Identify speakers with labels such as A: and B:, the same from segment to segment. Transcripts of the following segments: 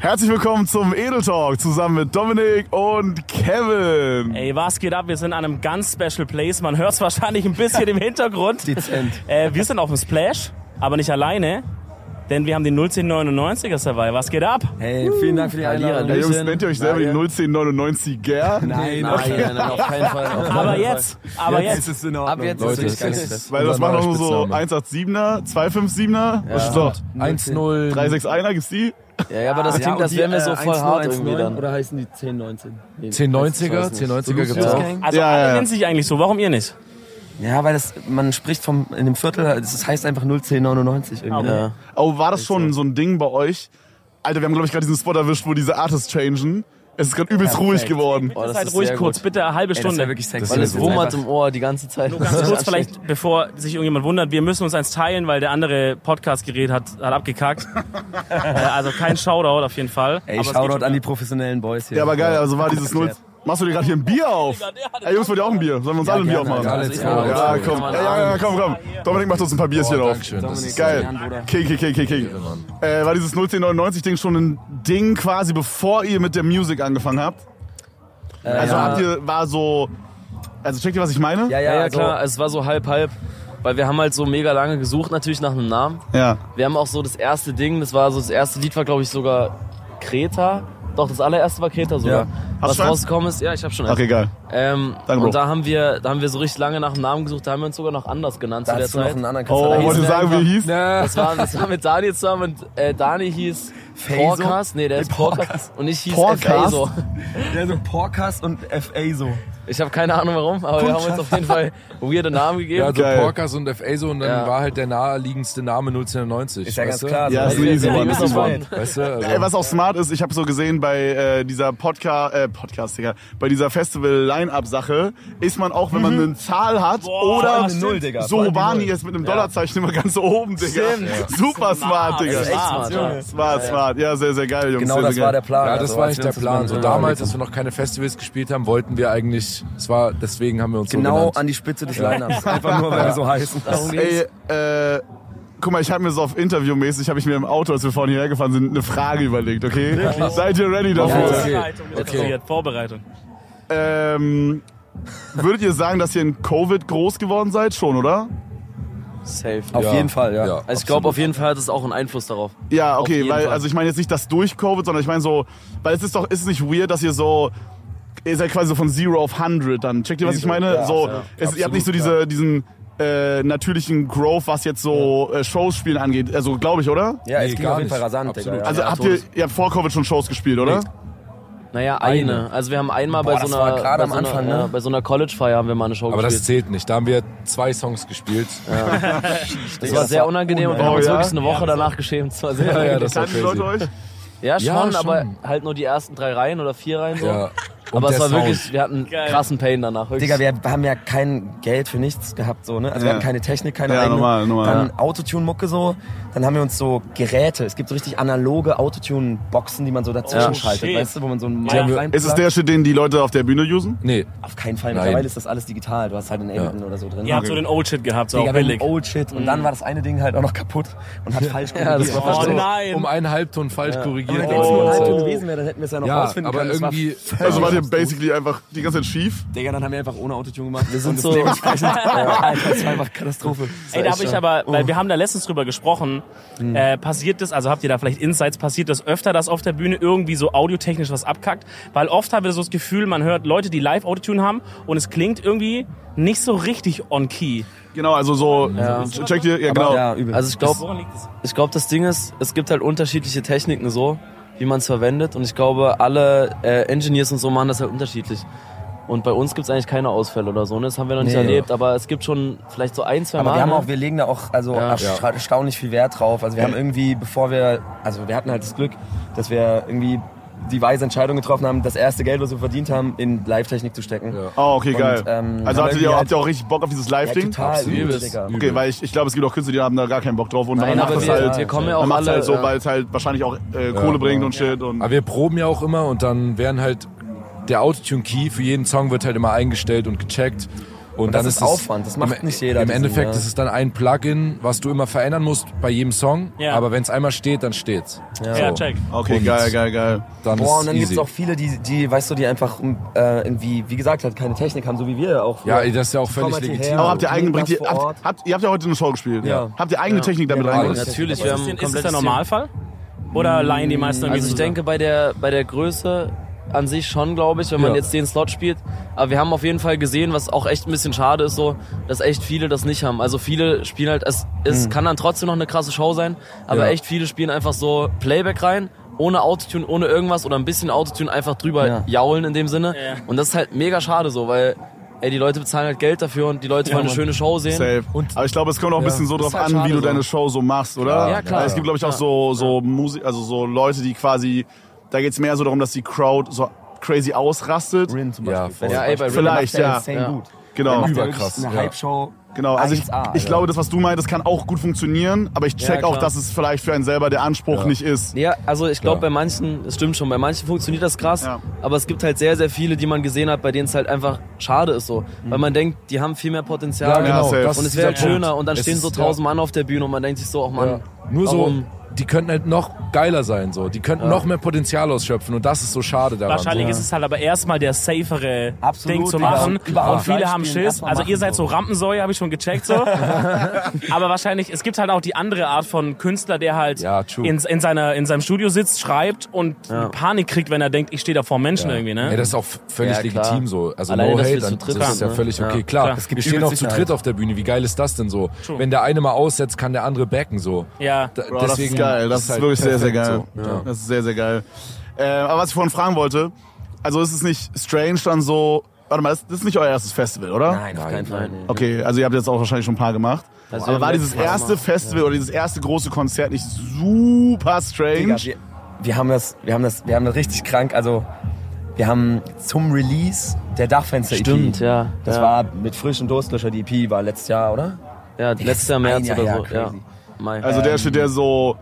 A: Herzlich willkommen zum Edel Talk zusammen mit Dominik und Kevin.
B: Ey, was geht ab? Wir sind an einem ganz special place. Man hört es wahrscheinlich ein bisschen im Hintergrund.
C: Dezent.
B: Äh, wir sind auf dem Splash, aber nicht alleine, denn wir haben den 01099ers dabei. Was geht ab?
C: Hey, vielen Dank für die Einladung.
A: Ja, Jungs, nennt ihr euch selber die
C: Nein,
A: 01099er?
C: Nein,
D: Nein,
C: okay.
D: nein, nein, auf keinen Fall. Auf keinen
B: Aber
D: Fall.
B: jetzt, aber jetzt.
C: ist es in Ordnung.
D: Ab jetzt
C: Leute,
D: ist es
C: es
D: ganz
C: ist-
D: fest.
A: Weil das
D: Unser
A: machen auch nur so
D: neuer
A: 187er, 257er, was ist das?
D: 1-0.
A: 361er gibt's die?
D: Ja, ja, aber das
C: Ja,
D: klingt,
C: und
D: als
C: die,
D: wären wir
C: äh,
D: so voll
C: 10,
D: hart irgendwie
C: 19,
D: dann.
C: Oder heißen die 1019? Nee,
D: 1090er,
C: weiß nicht.
D: 1090er gibt's
C: Solutions
D: auch.
C: Gang?
B: Also
A: Ja,
B: alle
A: ja.
B: nennen sich eigentlich so, warum ihr nicht?
C: Ja, weil das, man spricht vom, in dem Viertel, das heißt einfach 01099 irgendwie.
B: Okay.
D: Ja.
A: Oh, war das schon so ein Ding bei euch? Alter, wir haben, glaube ich, gerade diesen Spot erwischt, wo diese Artists changen. Es ist gerade übelst ruhig geworden.
D: Oh, das
B: Seid
D: ist
B: ruhig
D: sehr
B: kurz,
D: gut.
B: bitte eine halbe
C: Ey, das
B: Stunde.
C: wäre wirklich sexy.
D: Weil es wummert im Ohr die ganze Zeit.
B: Nur ganz kurz vielleicht, bevor sich irgendjemand wundert, wir müssen uns eins teilen, weil der andere Podcast-Gerät hat, hat abgekackt. äh, also kein Shoutout auf jeden Fall.
C: Ey,
B: Aber es geht
C: Shoutout
B: schon
C: an die professionellen Boys hier.
A: Ja, aber geil, also war dieses Null. Machst du dir gerade hier ein Bier auf? Ey, Jungs, wollt ihr auch ein Bier? Sollen wir uns alle ein Bier
C: gerne.
A: aufmachen?
C: Ja,
D: let's go.
A: Ja,
D: Kann
A: komm.
D: man
A: Ja, ja, ja, komm, komm. Dominik macht uns ein paar Bierchen auf.
E: Dankeschön. Das ist
A: Geil.
C: Jan, Bruder.
A: King, king, king, king, king. Äh, war dieses 01099-Ding schon ein Ding quasi, bevor ihr mit der Music angefangen habt? Also habt ihr, war so, also checkt ihr, was ich meine?
C: Ja,
D: Ja, ja,
C: also-
D: klar, es war so halb, halb. Weil wir haben halt so mega lange gesucht natürlich nach einem Namen.
A: Ja.
D: Wir haben auch so das erste Ding, das war so das erste Lied war glaube ich sogar Kreta. Doch, das allererste war Kreta sogar.
C: Ja.
A: Hast du
D: Was
A: schon eins?
D: rausgekommen ist, ja, ich habe schon eins.
A: Ach, egal.
D: Ähm,
A: Danke,
D: und
A: Bro.
D: da haben wir, da haben wir so richtig lange nach einem Namen gesucht. Da haben wir uns sogar noch anders genannt
C: Da
D: zu der
C: hast du noch
D: Zeit.
C: einen anderen Künstler.
A: Oh,
C: Da
A: wollt ihr
C: hieß-
A: sagen, wie ihr hieß?
D: Das war, das war mit Dani zusammen und äh, Dani hieß
C: Faeso?
D: Porkas, nee, der ist
C: Nee,
D: Porkas und ich hieß
A: Porkas?
D: Faeso.
C: Der so Porkas und FA so.
D: Ich habe keine Ahnung warum, aber wir haben uns auf jeden Fall weirde Namen
E: Ja,
D: gegeben.
E: also
A: Geil.
E: Porkas und FA so und dann
D: Ja.
E: war halt der naheliegendste Name 090.
C: Ist ja ganz
E: weißt du?
C: klar.
A: Ja,
C: so.
A: ist easy
D: wir
A: one,
D: müssen
A: easy one.
D: wollen.
E: Weißt du, also,
A: Ey, Äh, was auch smart ist, ich habe so gesehen bei äh, dieser Podcast, äh, Podcast, Digga, bei dieser Festival-Line-Up-Sache, ist man auch, wenn man eine Zahl hat
B: Boah,
A: oder
B: voll
C: die Mhm. Null, Digga, voll die
A: Sohobani
C: Null.
A: ist mit einem Dollarzeichen immer ganz oben, Digga.
D: Stimmt.
A: Super smart, Digga.
B: Das ist echt smart, ja.
A: Smart, smart. Ja, sehr, sehr geil, Jungs.
C: Genau
A: sehr,
C: das
A: sehr
C: war
A: geil.
C: der Plan.
E: ja, das
C: Also,
E: war
C: als
E: nicht
C: wir
E: der
C: uns das
E: Plan.
C: mit
E: So
C: dem
E: damals, als wir noch keine Festivals gespielt haben, wollten wir eigentlich, es war, deswegen haben wir uns
C: Genau
E: so
C: an
E: genannt.
C: die Spitze des Line-Ups. Einfach nur, weil wir so heißen.
A: Ey, äh, guck mal, ich habe mir so auf Interviewmäßig, habe ich mir im Auto, als wir vorhin hierher gefahren sind, eine Frage überlegt, okay? Seid ihr ready dafür?
E: okay.
B: Vorbereitung, ist
E: Okay.
B: passiert, Vorbereitung.
A: Ähm, würdet ihr sagen, dass ihr in Covid groß geworden seid? Schon, oder?
D: Safe.
C: Auf jeden Fall, ja.
D: Also ich glaube, auf jeden Fall hat es auch einen Einfluss darauf.
A: Ja,
D: Auf
A: okay,
D: jeden
A: weil,
D: Fall.
A: also ich meine jetzt nicht das durch Covid, sondern ich meine so, weil es ist doch, ist es nicht weird, dass ihr so, ihr seid quasi so von Zero auf 100 dann. Checkt ihr, was ich meine? so, es, ihr habt nicht so diese, diesen äh, natürlichen Growth, was jetzt so äh, Shows spielen angeht. Also, glaube ich, oder?
C: Ja, es
E: Nee,
C: ging
E: gar
C: auf jeden Fall
E: nicht.
C: rasant, Digga.
E: Absolut.
C: ja.
A: Also
D: Ja,
A: habt ihr,
D: todes.
A: ihr habt vor Covid schon Shows gespielt, oder?
D: Naja, eine. Also wir haben einmal
C: Boah,
D: bei
C: das
D: so
C: war
D: einer,
C: gerade
D: bei
C: am
D: so einer,
C: Anfang, ne?
D: ja, bei so einer College-Feier haben wir mal eine Show
E: Aber das
D: gespielt.
E: zählt nicht. Da haben wir zwei Songs gespielt.
D: Das, war sehr unangenehm und wir haben uns
A: Oh, ja?
D: wirklich eine Woche danach geschämt. Das war sehr
E: Ja, ja, das war
A: Kannten die Leute
E: crazy.
A: euch?
D: Ja, schon,
E: Ja, schon.
D: aber halt nur die ersten drei Reihen oder vier Reihen so.
E: Ja. Und
D: Aber es
E: der
D: war
E: Sound.
D: wirklich, wir hatten
B: Geil.
D: krassen Pain danach. Wirklich.
C: Digga, wir haben ja kein Geld für nichts gehabt, so, ne? Also
A: Ja.
C: wir hatten keine Technik, keine
A: Ja,
C: eigene.
A: normal, normal,
C: Dann Autotune-Mucke so. Dann haben wir uns so Geräte. Es gibt so richtig analoge Autotune-Boxen, die man so dazwischen
B: Oh,
C: schaltet,
B: shit.
C: weißt du, wo man so einen
B: Ja.
C: Mic reinpackt.
A: Ist es der Shit, den die Leute auf der Bühne usen?
E: Nee,
C: Auf keinen Fall.
E: Nein.
C: Mittlerweile ist das alles digital. Du hast halt einen Ableton oder so drin.
B: Ihr habt so den Old Shit gehabt, so auch
C: Digga, wir
B: billig.
C: haben Old Shit. Und dann war das eine Ding halt auch noch kaputt und hat falsch
D: Ja, das
C: korrigiert.
D: war
B: Oh
D: verstanden.
B: nein!
E: um einen Halbton falsch
C: Und
E: korrigiert.
C: wenn
E: die
C: das nur ein
E: ganze Zeit.
C: Halbton gewesen wäre, dann hätten wir es ja noch
E: halt. Ja,
C: rausfinden
E: aber
C: können. Das war
E: irgendwie,
A: Also wart ihr basically einfach die ganze Zeit schief?
C: Digga, dann haben wir einfach ohne Autotune gemacht. Wir sind
D: so-
C: so. Alter, das war einfach Katastrophe.
B: Ey, da habe ich aber,
D: Oh.
B: weil wir haben da letztens drüber gesprochen,
D: Hm.
B: äh, passiert das, also habt ihr da vielleicht Insights, passiert das öfter, dass auf der Bühne irgendwie so audiotechnisch was abkackt? Weil oft haben wir so das Gefühl, man hört Leute, die live Autotune haben und es klingt irgendwie nicht so richtig on-key.
A: Genau, also so, checkt ihr, ja genau.
C: Ja, übel.
D: also ich glaube,
B: Woran liegt das?
D: ich glaube, das Ding ist, es gibt halt unterschiedliche Techniken so, wie man es verwendet. Und ich glaube, alle äh, Engineers und so machen das halt unterschiedlich. Und bei uns gibt's eigentlich keine Ausfälle oder so. Ne? Das haben wir noch nicht
C: Nee.
D: erlebt. Aber es gibt schon vielleicht so ein, zwei
C: Aber
D: Mal.
C: wir haben
D: ne?
C: auch, wir legen da auch also
D: Ja.
C: ersta- erstaunlich viel Wert drauf. Also wir haben irgendwie, bevor wir, also wir hatten halt das Glück, dass wir irgendwie die weise Entscheidung getroffen haben, das erste Geld, was wir verdient haben, in Live-Technik zu stecken.
E: Ja.
A: Oh, okay,
C: Und,
A: geil.
C: ähm,
A: also
C: haben
A: hattet
C: wir
A: ihr,
C: halt-
A: habt ihr auch richtig Bock auf dieses
C: Ja,
A: Live-Ding?
C: total. Übel,
E: Übelst.
C: Digga.
A: Okay, weil ich, ich glaube, es gibt auch Künstler, die haben da gar keinen Bock drauf und
C: Nein,
A: man macht
D: aber
A: das
D: wir,
A: halt,
D: wir kommen ja
A: man
D: auch
A: macht's
D: alle. äh,
A: halt so,
D: ja.
A: weil es halt wahrscheinlich auch äh, Kohle bringt und Shit und
E: Aber wir proben ja auch immer und dann werden halt der Autotune-Key für jeden Song wird halt immer eingestellt und gecheckt. Und, dann
C: das ist
E: es-
C: Aufwand, das macht
E: im-
C: nicht jeder,
E: Im
C: diesen,
E: Endeffekt
C: ja.
E: ist es dann ein Plugin, was du immer verändern musst bei jedem Song.
B: Ja.
E: Aber wenn es einmal steht, dann steht's.
B: Ja, check.
A: Okay,
E: Und-
A: geil, geil, geil.
E: Dann
C: Boah,
E: ist
C: und dann
E: easy.
C: gibt es auch viele, die, die, weißt du, die einfach äh, irgendwie, wie gesagt, halt keine Technik haben, so wie wir auch.
E: ja,
C: früher.
E: das ist ja auch
C: Die
E: völlig
C: kommen halt
E: legitim.
C: hierher,
A: Aber habt ihr eigene,
C: nehmen
A: bringt ihr,
C: was vor Ort.
A: habt, habt, ihr habt ja heute eine Show gespielt.
C: Ja.
A: Habt ihr eigene
C: Ja.
A: Technik damit
C: Ja,
A: reingebracht?
E: alles.
D: Natürlich,
B: Ist,
D: wir haben
B: denn, ist das
D: komplett.
B: der Normalfall? Oder leihen die meisten irgendwie
D: Also ich
B: zusammen?
D: denke bei der bei der Größe an sich schon, glaube ich, wenn man
E: Ja.
D: jetzt den Slot spielt. Aber wir haben auf jeden Fall gesehen, was auch echt ein bisschen schade ist, so, dass echt viele das nicht haben. Also viele spielen halt, es, es kann dann trotzdem noch eine krasse Show sein, aber
E: Ja.
D: echt viele spielen einfach so Playback rein, ohne Autotune, ohne irgendwas oder ein bisschen Autotune einfach drüber
C: Ja.
D: jaulen in dem Sinne.
B: Ja.
D: Und das ist halt mega schade so, weil ey, die Leute bezahlen halt Geld dafür und die Leute wollen eine
B: Mann.
D: schöne Show sehen.
A: Safe.
E: Und-
A: aber ich glaube, es kommt auch ein
E: Ja.
A: bisschen so
D: Ist
A: drauf
D: halt
A: an, wie
D: schade
A: du
D: so.
A: deine Show so machst, oder? Also
D: Ja, klar.
A: Es gibt, glaube ich, auch so, so Musik, also so Leute, die quasi, da geht es mehr so darum, dass die Crowd so crazy ausrastet.
C: Rin zum
E: Ja,
C: Beispiel.
E: voll.
D: Ja, ey, bei Rin
A: Vielleicht,
C: Der
A: ja.
C: macht ja. insane
D: Ja.
C: gut. Der
A: Genau.
C: macht ja
E: Überkrass,
C: wirklich Eine
E: ja.
C: Hype-Show.
A: Genau, also ich,
C: 1A,
A: ich
C: Alter.
A: glaube, das, was du meintest, kann auch gut funktionieren, aber ich check
D: Ja,
A: auch,
D: klar.
A: dass es vielleicht für einen selber der Anspruch
E: Ja.
A: nicht ist.
D: Ja, also ich glaube
E: Klar.
D: bei manchen, es stimmt schon, bei manchen funktioniert das krass,
A: Ja.
D: aber es gibt halt sehr, sehr viele, die man gesehen hat, bei denen es halt einfach schade ist so. Weil man denkt, die haben viel mehr
E: Ja,
D: Potenzial
E: genau.
A: safe.
E: das
D: und
E: ist
D: es wäre halt
E: dieser Punkt.
D: schöner und dann
E: Es
D: stehen
E: ist-
D: so
E: ja.
D: tausend Mann auf der Bühne und man denkt sich so, ach Mann,
E: Ja. Nur
D: warum?
E: so, die könnten halt noch geiler sein, so. Die könnten noch mehr Potenzial ausschöpfen und das ist so schade daran.
B: Wahrscheinlich ist es halt aber erstmal der safere
C: Absolut,
B: Ding zu
C: Digga.
B: machen.
C: Überhaupt
B: Und viele
C: live
B: haben Schiss.
C: spielen, erstmal
B: Also ihr
C: machen,
B: seid so Rampensäue, habe ich schon gecheckt so. aber wahrscheinlich, es gibt halt auch die andere Art von Künstler, der halt
E: Ja, true.
B: in, in, seiner, in seinem Studio sitzt, schreibt und Panik kriegt, wenn er denkt, ich stehe da vor Menschen
E: Ja.
B: irgendwie,
E: Ja,
B: ne?
E: das ist auch völlig
D: Ja, klar.
E: legitim so. Also
D: Alleine,
E: no
D: dass wir
E: hate,
D: zu
E: dann,
D: dritt
E: das ist
D: sind,
E: ja
D: ne?
E: völlig
D: Ja.
E: okay. Klar,
B: Klar.
E: wir stehen auch zu
C: Sicherheit.
E: dritt auf der Bühne. Wie geil ist das denn so?
B: True.
E: Wenn der eine mal aussetzt, kann der andere backen so.
B: Ja.
E: Da-
A: Bro, das ist geil, das ist,
E: halt
A: wirklich sehr, sehr
E: perfekt
A: geil.
E: so. Ja.
A: Das ist sehr, sehr geil. Äh, aber was ich vorhin fragen wollte, also ist es nicht strange dann so, warte mal, das, das ist nicht euer erstes Festival, oder?
C: Nein, auf keinen Fall. nee.
A: Okay, also ihr habt jetzt auch wahrscheinlich schon ein paar gemacht.
D: Also wir
A: aber
D: haben
A: war
D: letztes
A: dieses
D: Mal
A: erste Festival oder dieses erste große Konzert nicht super strange?
C: Digga, wir, wir haben das, wir haben das, wir haben das richtig krank. Also wir haben zum Release der Dachfenster EP.
D: Stimmt, ja.
C: Das
D: ja.
C: war mit frischem Durstlöscher. Die EP war letztes Jahr, oder?
D: ja, letztes Jahr
C: ein
D: März
C: Jahr
D: oder
C: her,
D: so. Ja.
C: crazy.
D: Mai.
A: also der Shit, der so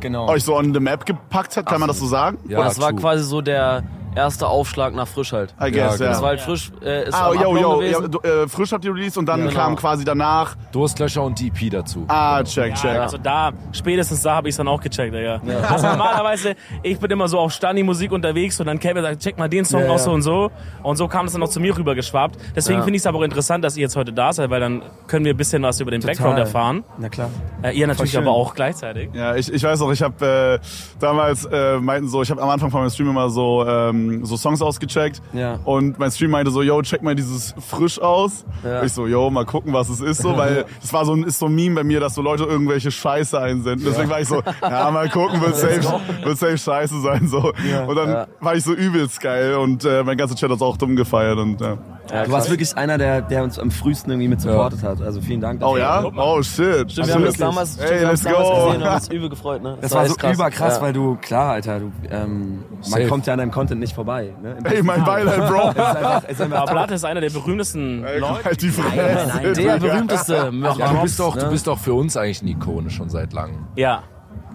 C: Genau.
A: euch so on the map gepackt hat, kann man das so sagen?
E: Ja,
D: und das war
E: true.
D: quasi so der erste Aufschlag nach frisch halt.
A: I guess,
E: Ja,
A: Ah, ja.
D: Das war halt frisch, äh, ist
A: Ah,
D: am
A: yo,
D: Upload
A: yo,
D: gewesen.
A: ja, du- äh, frisch habt ihr released und dann
D: Ja,
A: kam
D: genau.
A: quasi danach,
E: Durstlöscher und die EP dazu.
A: ah, check, check.
B: Ja, also da, spätestens da habe ich es dann auch gecheckt, Digga. Also normalerweise, ich bin immer so auf Stani-Musik unterwegs und dann Kevin sagt, check mal den Song
C: Ja,
B: aus
C: ja.
B: so und so. Und so kam es dann noch zu mir rübergeschwappt. Deswegen finde ich es aber auch interessant, dass ihr jetzt heute da seid, weil dann können wir ein bisschen was über den Background erfahren.
C: Na klar.
B: Äh, ihr natürlich
C: schön.
B: aber auch gleichzeitig.
A: Ja, ich, ich weiß noch, ich habe äh, damals äh, meinten so, ich habe am Anfang von meinem Stream immer so ähm, so Songs ausgecheckt
D: Ja.
A: und mein Stream meinte so, yo, check mal dieses frisch aus.
D: Ja.
A: Und ich so, yo, mal gucken, was es ist so, weil es war so ein ist so ein Meme bei mir, dass so Leute irgendwelche Scheiße einsenden. Deswegen war ich so, ja, mal gucken, wird safe, wird safe Scheiße sein so. Und dann
D: Ja.
A: war ich so übelst geil und äh, mein ganzer Chat hat's auch dumm gefeiert und ja.
D: Ja,
C: Du warst
D: krass.
C: wirklich einer, der, der uns am frühesten irgendwie mit supportet hat. Also vielen Dank.
A: Oh
C: dafür.
A: ja, oh shit.
D: Stimmt, wir haben das
A: Shit.
D: damals, stimmt,
A: Ey,
D: wir haben
A: let's
D: das damals
A: go.
D: gesehen und haben uns übel gefreut. Ne?
C: Das war
D: echt
C: so überkrass,
D: Ja.
C: weil du, klar, Alter, du, ähm, man
E: Safe.
C: kommt ja an deinem Content nicht vorbei. Ne? Im
A: Ey, mein Beileid, Bro.
C: Es ist einfach, es ist einfach
B: Aber Blatt ist einer der berühmtesten
A: Ey,
B: Leute.
A: halt die Fresse.
C: nein, der
A: Digga.
D: Der berühmteste.
E: Ja, du, bist auch,
D: ne?
E: du bist auch für uns eigentlich eine Ikone schon seit langem.
B: Ja,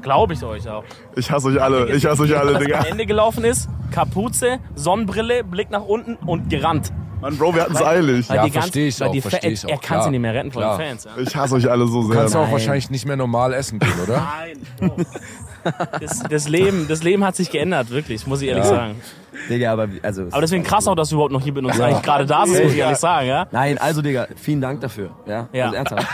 B: glaube ich euch auch.
A: Ich hasse euch alle, ich hasse euch alle,
B: Als
A: Digga.
B: am Ende gelaufen ist, Kapuze, Sonnenbrille, Blick nach unten und gerannt.
A: Mann, Bro, wir hatten's eilig.
B: Weil
E: Ja,
B: die ganz-
E: versteh ich
B: weil
E: auch,
B: die
E: versteh
B: Fan-
E: ich auch,
B: Er kann sie
E: klar.
B: nicht mehr retten von den
E: Klar.
B: Fans. Ja.
A: Ich hasse euch alle so sehr.
E: Kannst du auch
A: Mann.
E: wahrscheinlich nicht mehr normal essen gehen, oder?
B: Nein. Das, das, Leben, das Leben hat sich geändert, wirklich, muss ich ehrlich sagen.
C: Digga, aber, wie- also,
B: Aber deswegen krass auch, dass du überhaupt noch hier mit uns eigentlich gerade da bist, muss ich ehrlich sagen. Ja?
C: nein, also Digga, vielen Dank dafür. Ja,
B: Ja.
C: Also, ernsthaft.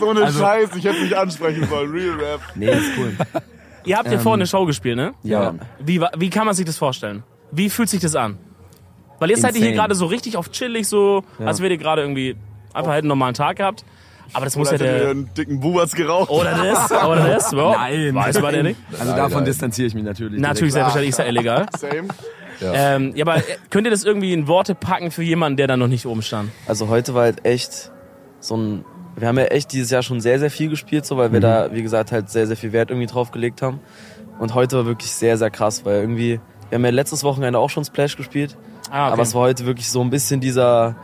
A: so eine Scheiße, ich hätte mich ansprechen sollen. Real Rap.
C: Nee, ist cool.
B: Ihr habt ja vorhin eine Show gespielt, ne?
C: Ja.
B: Wie, wa- wie kann man sich das vorstellen? Wie fühlt sich das an? Weil jetzt seid ihr hier
C: Insane.
B: gerade so richtig auf chillig, so als wäre ihr gerade irgendwie einfach halt einen normalen Tag gehabt. Aber das muss
A: Oder
B: ja
A: hätte mir
B: der... Oh,
A: einen dicken Bubatz geraucht.
B: Oder das, oder das, ja. weiß man ja nicht.
C: Also
E: Nein,
C: davon
E: nein.
C: distanziere ich mich natürlich.
B: Natürlich,
C: direkt.
B: selbstverständlich ist ja illegal.
A: Same.
B: Ähm, ja, aber äh, könnt ihr das irgendwie in Worte packen für jemanden, der da noch nicht oben stand?
D: Also heute war halt echt so ein. Wir haben ja echt dieses Jahr schon sehr, sehr viel gespielt, so weil wir da, wie gesagt, halt sehr, sehr viel Wert irgendwie drauf gelegt haben. Und heute war wirklich sehr, sehr krass, weil irgendwie, wir haben ja letztes Wochenende auch schon Splash gespielt,
B: Ah, okay.
D: aber es war heute wirklich so ein bisschen dieser,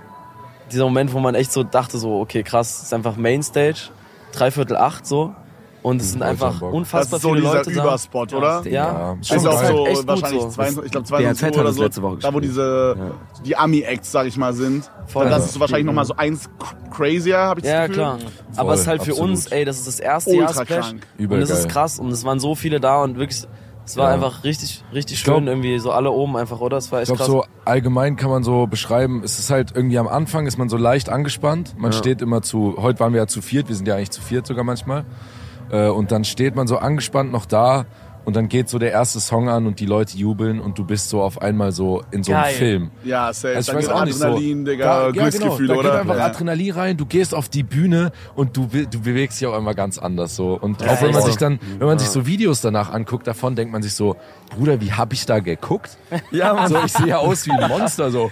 D: dieser Moment, wo man echt so dachte, so, okay, krass, ist einfach Mainstage, dreiviertel acht so. Und es sind
E: Wolfgang
D: einfach
E: Bock.
A: Das ist
D: unfassbar
A: so
D: viele
A: dieser
D: Leute da.
A: Überspot, oder?
D: Ja. Also
E: ist
A: Das
E: schon
A: ist auch
E: geil.
A: so
D: halt echt gut
A: wahrscheinlich
D: so.
A: 22, ich glaube
C: BHZ
A: 22
C: hat
A: oder
C: das
A: so,
C: letzte Woche
A: da wo
C: gespielt.
A: diese die Ami-Acts, sag ich mal, sind.
D: Voll.
A: Und das
D: Ja.
A: ist so wahrscheinlich nochmal so eins cr- crazier, habe ich das
D: Ja,
A: Gefühl.
D: klar. Aber es ist halt für
E: absolut.
D: uns, ey, das ist das erste Jahr
A: Ultra
D: Splash.
A: krank.
E: Übel
D: und das ist
E: geil.
D: krass und es waren so viele da und wirklich, es war
E: Ja.
D: einfach richtig, richtig
E: glaub-
D: schön irgendwie, so alle oben einfach, oder? Es war echt
E: Ich glaube,
D: krass.
E: so allgemein kann man so beschreiben, es ist halt irgendwie am Anfang ist man so leicht angespannt. Man steht immer zu, heute waren wir ja zu viert, wir sind ja eigentlich zu viert sogar manchmal. Äh, Und dann steht man so angespannt noch da und dann geht so der erste Song an und die Leute jubeln und du bist so auf einmal so in so einem
B: Geil.
E: Film.
A: Ja, safe.
E: Also ich
A: Dann
E: weiß
A: geht
E: auch nicht
A: Adrenalin,
E: so.
A: Digga,
E: Da-
A: Glücksgefühl,
E: ja, genau. Da
A: oder?
E: geht einfach
A: Ja.
E: Adrenalin rein, du gehst auf die Bühne und du, be- du bewegst dich auch immer ganz anders so. Und auch wenn man
D: voll.
E: sich dann, wenn man sich so Videos danach anguckt, davon denkt man sich so, Bruder, wie hab ich da geguckt? Ja, man. So, ich sehe ja aus wie ein Monster, so.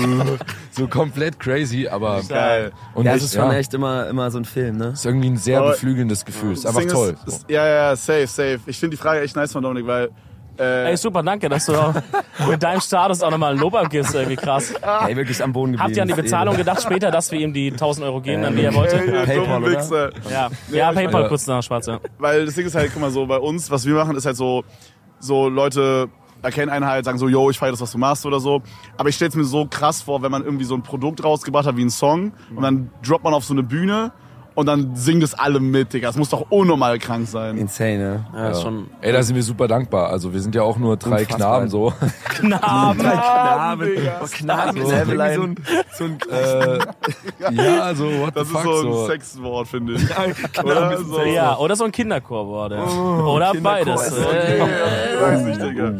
E: so komplett crazy, aber.
A: Geil.
E: Und
C: Ja,
E: ich-
C: es ist schon echt immer, immer so ein Film, ne?
E: Ist irgendwie ein sehr
A: Aber-
E: beflügelndes Gefühl. Ist
A: Das
E: einfach
A: Ding
E: toll.
A: Ist, ist, ja, ja, safe, safe. Ich finde die Frage echt nice von Dominik, weil äh,
B: Ey, super, danke, dass du auch mit deinem Status auch nochmal ein Lob abgibst, irgendwie krass.
C: Ey, wirklich am Boden geblieben.
B: Habt ihr an die
C: Ist eh-
B: Bezahlung gedacht später, dass wir ihm die 1000 Euro geben, dann wie er wollte?
A: Ey, ihr
C: PayPal,
A: dummen
C: oder?
A: Wichser.
B: Ja, ja
A: ich
B: PayPal
E: meine-
B: kurz nach Schwarz, ja.
A: Weil das Ding ist halt, guck mal so, bei uns, was wir machen, ist halt so, so Leute erkennen einen halt, sagen so, yo, ich feier das, was du machst oder so. Aber ich stell's mir so krass vor, wenn man irgendwie so ein Produkt rausgebracht hat, wie ein Song, und dann droppt man auf so eine Bühne und dann singen das alle mit, Digga. Das muss doch unnormal krank sein.
C: Insane, ne?
D: ja, ist schon.
E: Ey, da sind wir super dankbar. Also wir sind ja auch nur drei
C: Unfassbar.
E: Knaben so.
C: Knaben,
A: Digga.
C: Knaben,
E: So.
C: Leveline.
E: Irgendwie so ein, äh, ja, so what
A: Das
E: the fuck
A: ist so ein
E: so.
A: Sexwort, finde ich. Oder? So.
B: Ja, oder so ein Kinderchor wurde. oder beides.
C: ist
B: Äh,
A: Ja, ich weiß nicht, Digga.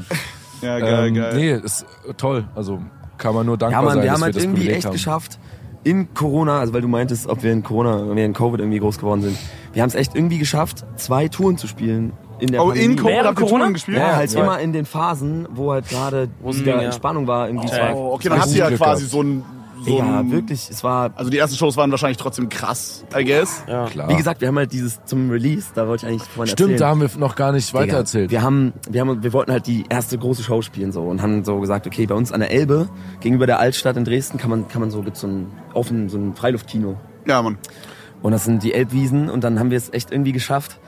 A: Ja, geil,
E: ähm,
A: geil.
E: Nee, ist toll. Also kann man nur dankbar
C: Ja, Mann,
E: sein,
C: wir
E: dass
C: haben halt
E: wir das
C: irgendwie
E: Privileg
C: echt
E: haben.
C: geschafft, in Corona, also weil du meintest, ob wir in Corona, wenn wir in Covid irgendwie groß geworden sind, wir haben es echt irgendwie geschafft, zwei Touren zu spielen in der
A: oh,
C: Pandemie.
A: in Corona
B: Während
A: habt ihr
B: Corona?
A: Touren gespielt?
C: Ja, halt
E: Ja.
C: immer in den Phasen, wo halt gerade
D: es
C: wieder
D: ging, ja.
C: Entspannung war. Irgendwie es war,
A: Oh, okay, dann habt ihr ja
E: Glück
A: quasi
E: gehabt.
A: so ein... So
C: ja,
A: ein
C: wirklich, es war,
A: Also die ersten Shows waren wahrscheinlich trotzdem krass, I guess.
D: Ja.
E: Klar.
C: wie gesagt, wir haben halt dieses zum Release, da wollte ich eigentlich vorhin erzählen.
E: Stimmt, da haben wir noch gar nicht
C: Digga,
E: weitererzählt.
C: Wir haben, wir haben, wir wollten halt die erste große Show spielen so und haben so gesagt, okay, bei uns an der Elbe gegenüber der Altstadt in Dresden kann man, kann man so gibt's so ein offen so ein Freiluftkino
A: Ja, Mann.
C: und das sind die Elbwiesen und dann haben wir es echt irgendwie geschafft,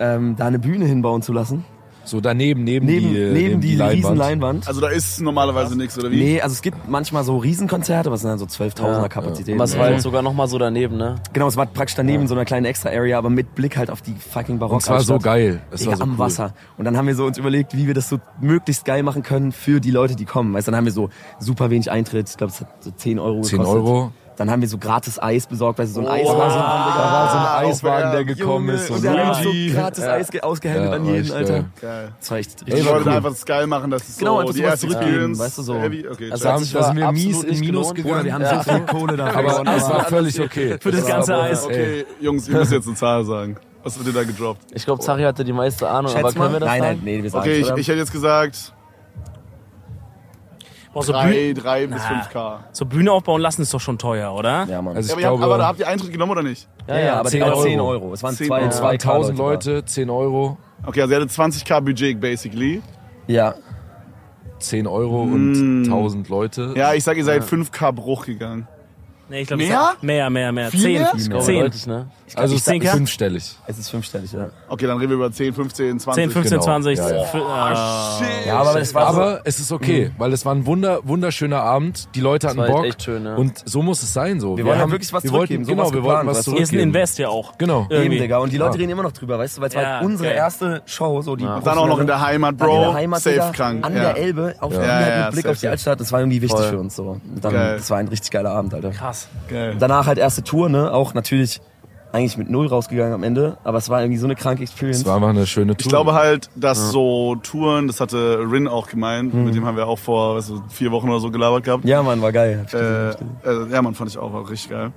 C: ähm, da eine Bühne hinbauen zu lassen
E: So daneben, neben,
C: neben
E: die, äh,
C: neben, die riesen Leinwand.
A: Also da ist normalerweise nichts, oder wie?
C: Nee, also es gibt manchmal so Riesenkonzerte, was sind dann so 12.000er
D: Ja.
C: Kapazitäten.
D: Was war jetzt sogar nochmal so daneben, ne?
C: Genau, es war praktisch daneben so einer kleinen Extra-Area, aber mit Blick halt auf die fucking barocke
E: Es war so geil. Es war so
C: am
E: cool.
C: Wasser. Und dann haben wir so uns überlegt, wie wir das so möglichst geil machen können für die Leute, die kommen. Weißt du, dann haben wir so super wenig Eintritt. Ich glaube, es hat so 10 Euro
E: 10
C: gekostet.
E: Euro.
C: Dann haben wir so gratis Eis besorgt, weil so ein Eis
E: Da war so ein,
C: war.
E: da war so
C: Ah,
E: ein Eiswagen,
A: Junge,
E: der gekommen ist.
C: Und
E: Und
C: wir
E: so.
C: haben uns so
A: Luigi.
C: gratis Eis ge- ausgehändigt
E: Ja,
C: an jeden,
E: echt,
C: Alter.
E: ey.
A: Geil. Also
C: Das war echt
A: Die
C: richtig
A: Leute
C: cool.
A: einfach das geil machen, das ist
C: Genau,
A: so
C: einfach
A: die
C: sowas
A: erste
C: zurückgeben,
A: Experience.
C: weißt du, so.
A: Heavy, Okay,
D: Also-
E: Da
A: check.
E: haben-
D: es
E: da sind
D: war
E: wir mies
D: absolut
E: in
D: nicht
E: Minus
D: gelohnt.
E: gegangen.
C: Wir haben so viel Kohle dafür.
E: aber
C: gewonnen,
E: es war völlig okay. Für
B: das ganze Eis.
A: okay, Jungs, ihr müsst jetzt eine Zahl sagen. Was wird ihr da gedroppt?
D: Ich glaube, Zari hatte die meiste Ahnung,
C: Schätz
D: aber können
C: mal.
D: wir das
C: nein, nein,
D: sagen?
C: nee, wir sagen
A: Okay, ich,
C: oder?
A: ich hätte jetzt gesagt
B: Boah, so,
A: drei,
B: Bühne,
A: drei bis
B: Na.
A: 5K.
B: so Bühne aufbauen lassen ist doch schon teuer, oder?
C: ja, Mann.
E: Also ich
A: Ja, aber, ihr habt,
E: glaube,
A: aber da habt ihr Eintritt genommen oder nicht?
C: ja, ja, aber
E: 10
C: 10 Euro.
E: Euro.
C: 10 Euro. Es waren
A: 10
C: zwei,
A: Euro.
C: zwei
E: 2000
C: da.
E: Leute, 10 Euro,
A: Okay, also ihr hattet 20k Budget basically.
C: Ja,
E: 10 Euro
C: Mm.
E: und 1000 Leute.
A: Ja, ich sag, ihr seid 5k Bruch gegangen.
B: Nee, ich glaub,
A: Mehr?
B: es- Mehr, mehr, mehr.
A: Viel
B: Zehn.
A: mehr?
B: Ich
D: Aber
B: glaube, Zehn.
D: deutlich, ne?
E: also
B: ich
E: es ist
B: denke-
E: fünfstellig.
C: es ist fünfstellig, ja.
A: Okay, dann reden wir über 10, 15, 20.
B: 10, 15,
E: Genau.
B: 20.
E: Ja, ja.
B: fü- äh,
C: Ja, aber es war so, Mhm.
E: Aber es ist okay, weil es war ein wunder, wunderschöner Abend. Die Leute hatten
D: war echt
E: Bock.
D: echt schön, ja.
E: Und so muss es sein. So. Wir,
C: wollen ja wirklich was
E: wir wollten,
C: zurückgeben, so
E: Genau,
C: was
E: wir wollten
C: geplant,
E: was
C: weißt du?
E: zurückgeben.
B: Ist ein Invest ja auch.
E: Genau.
B: Irgendwie.
C: Eben, Digga. Und die Leute
E: Ja.
C: reden immer noch drüber, weißt du, weil es
B: Ja,
C: war halt unsere
B: geil.
C: erste Show, so die
A: Dann auch noch in der Heimat,
C: Dann in der
A: Bro.
C: Heimat, Digga,
A: Safe krank.
C: An
A: ja.
C: der Elbe, auf
A: Ja,
C: die,
A: ja,
C: mit Blick
A: safe,
C: auf die
A: safe.
C: Altstadt, das war irgendwie wichtig
D: Voll.
C: für uns so. Und Dann,
A: Geil.
C: das war ein richtig geiler Abend, Alter.
B: Krass.
A: Geil.
C: Danach halt erste Tour, ne, auch natürlich eigentlich mit Null rausgegangen am Ende, aber es war irgendwie so eine kranke Experience.
E: Es war einfach eine schöne Tour.
A: Ich glaube halt, dass so Touren, das hatte Rin auch gemeint, mit dem haben wir auch vor weißt du, vier Wochen oder so gelabert gehabt.
C: ja, Mann, war geil.
A: äh, äh, ja man, fand ich auch, war richtig geil.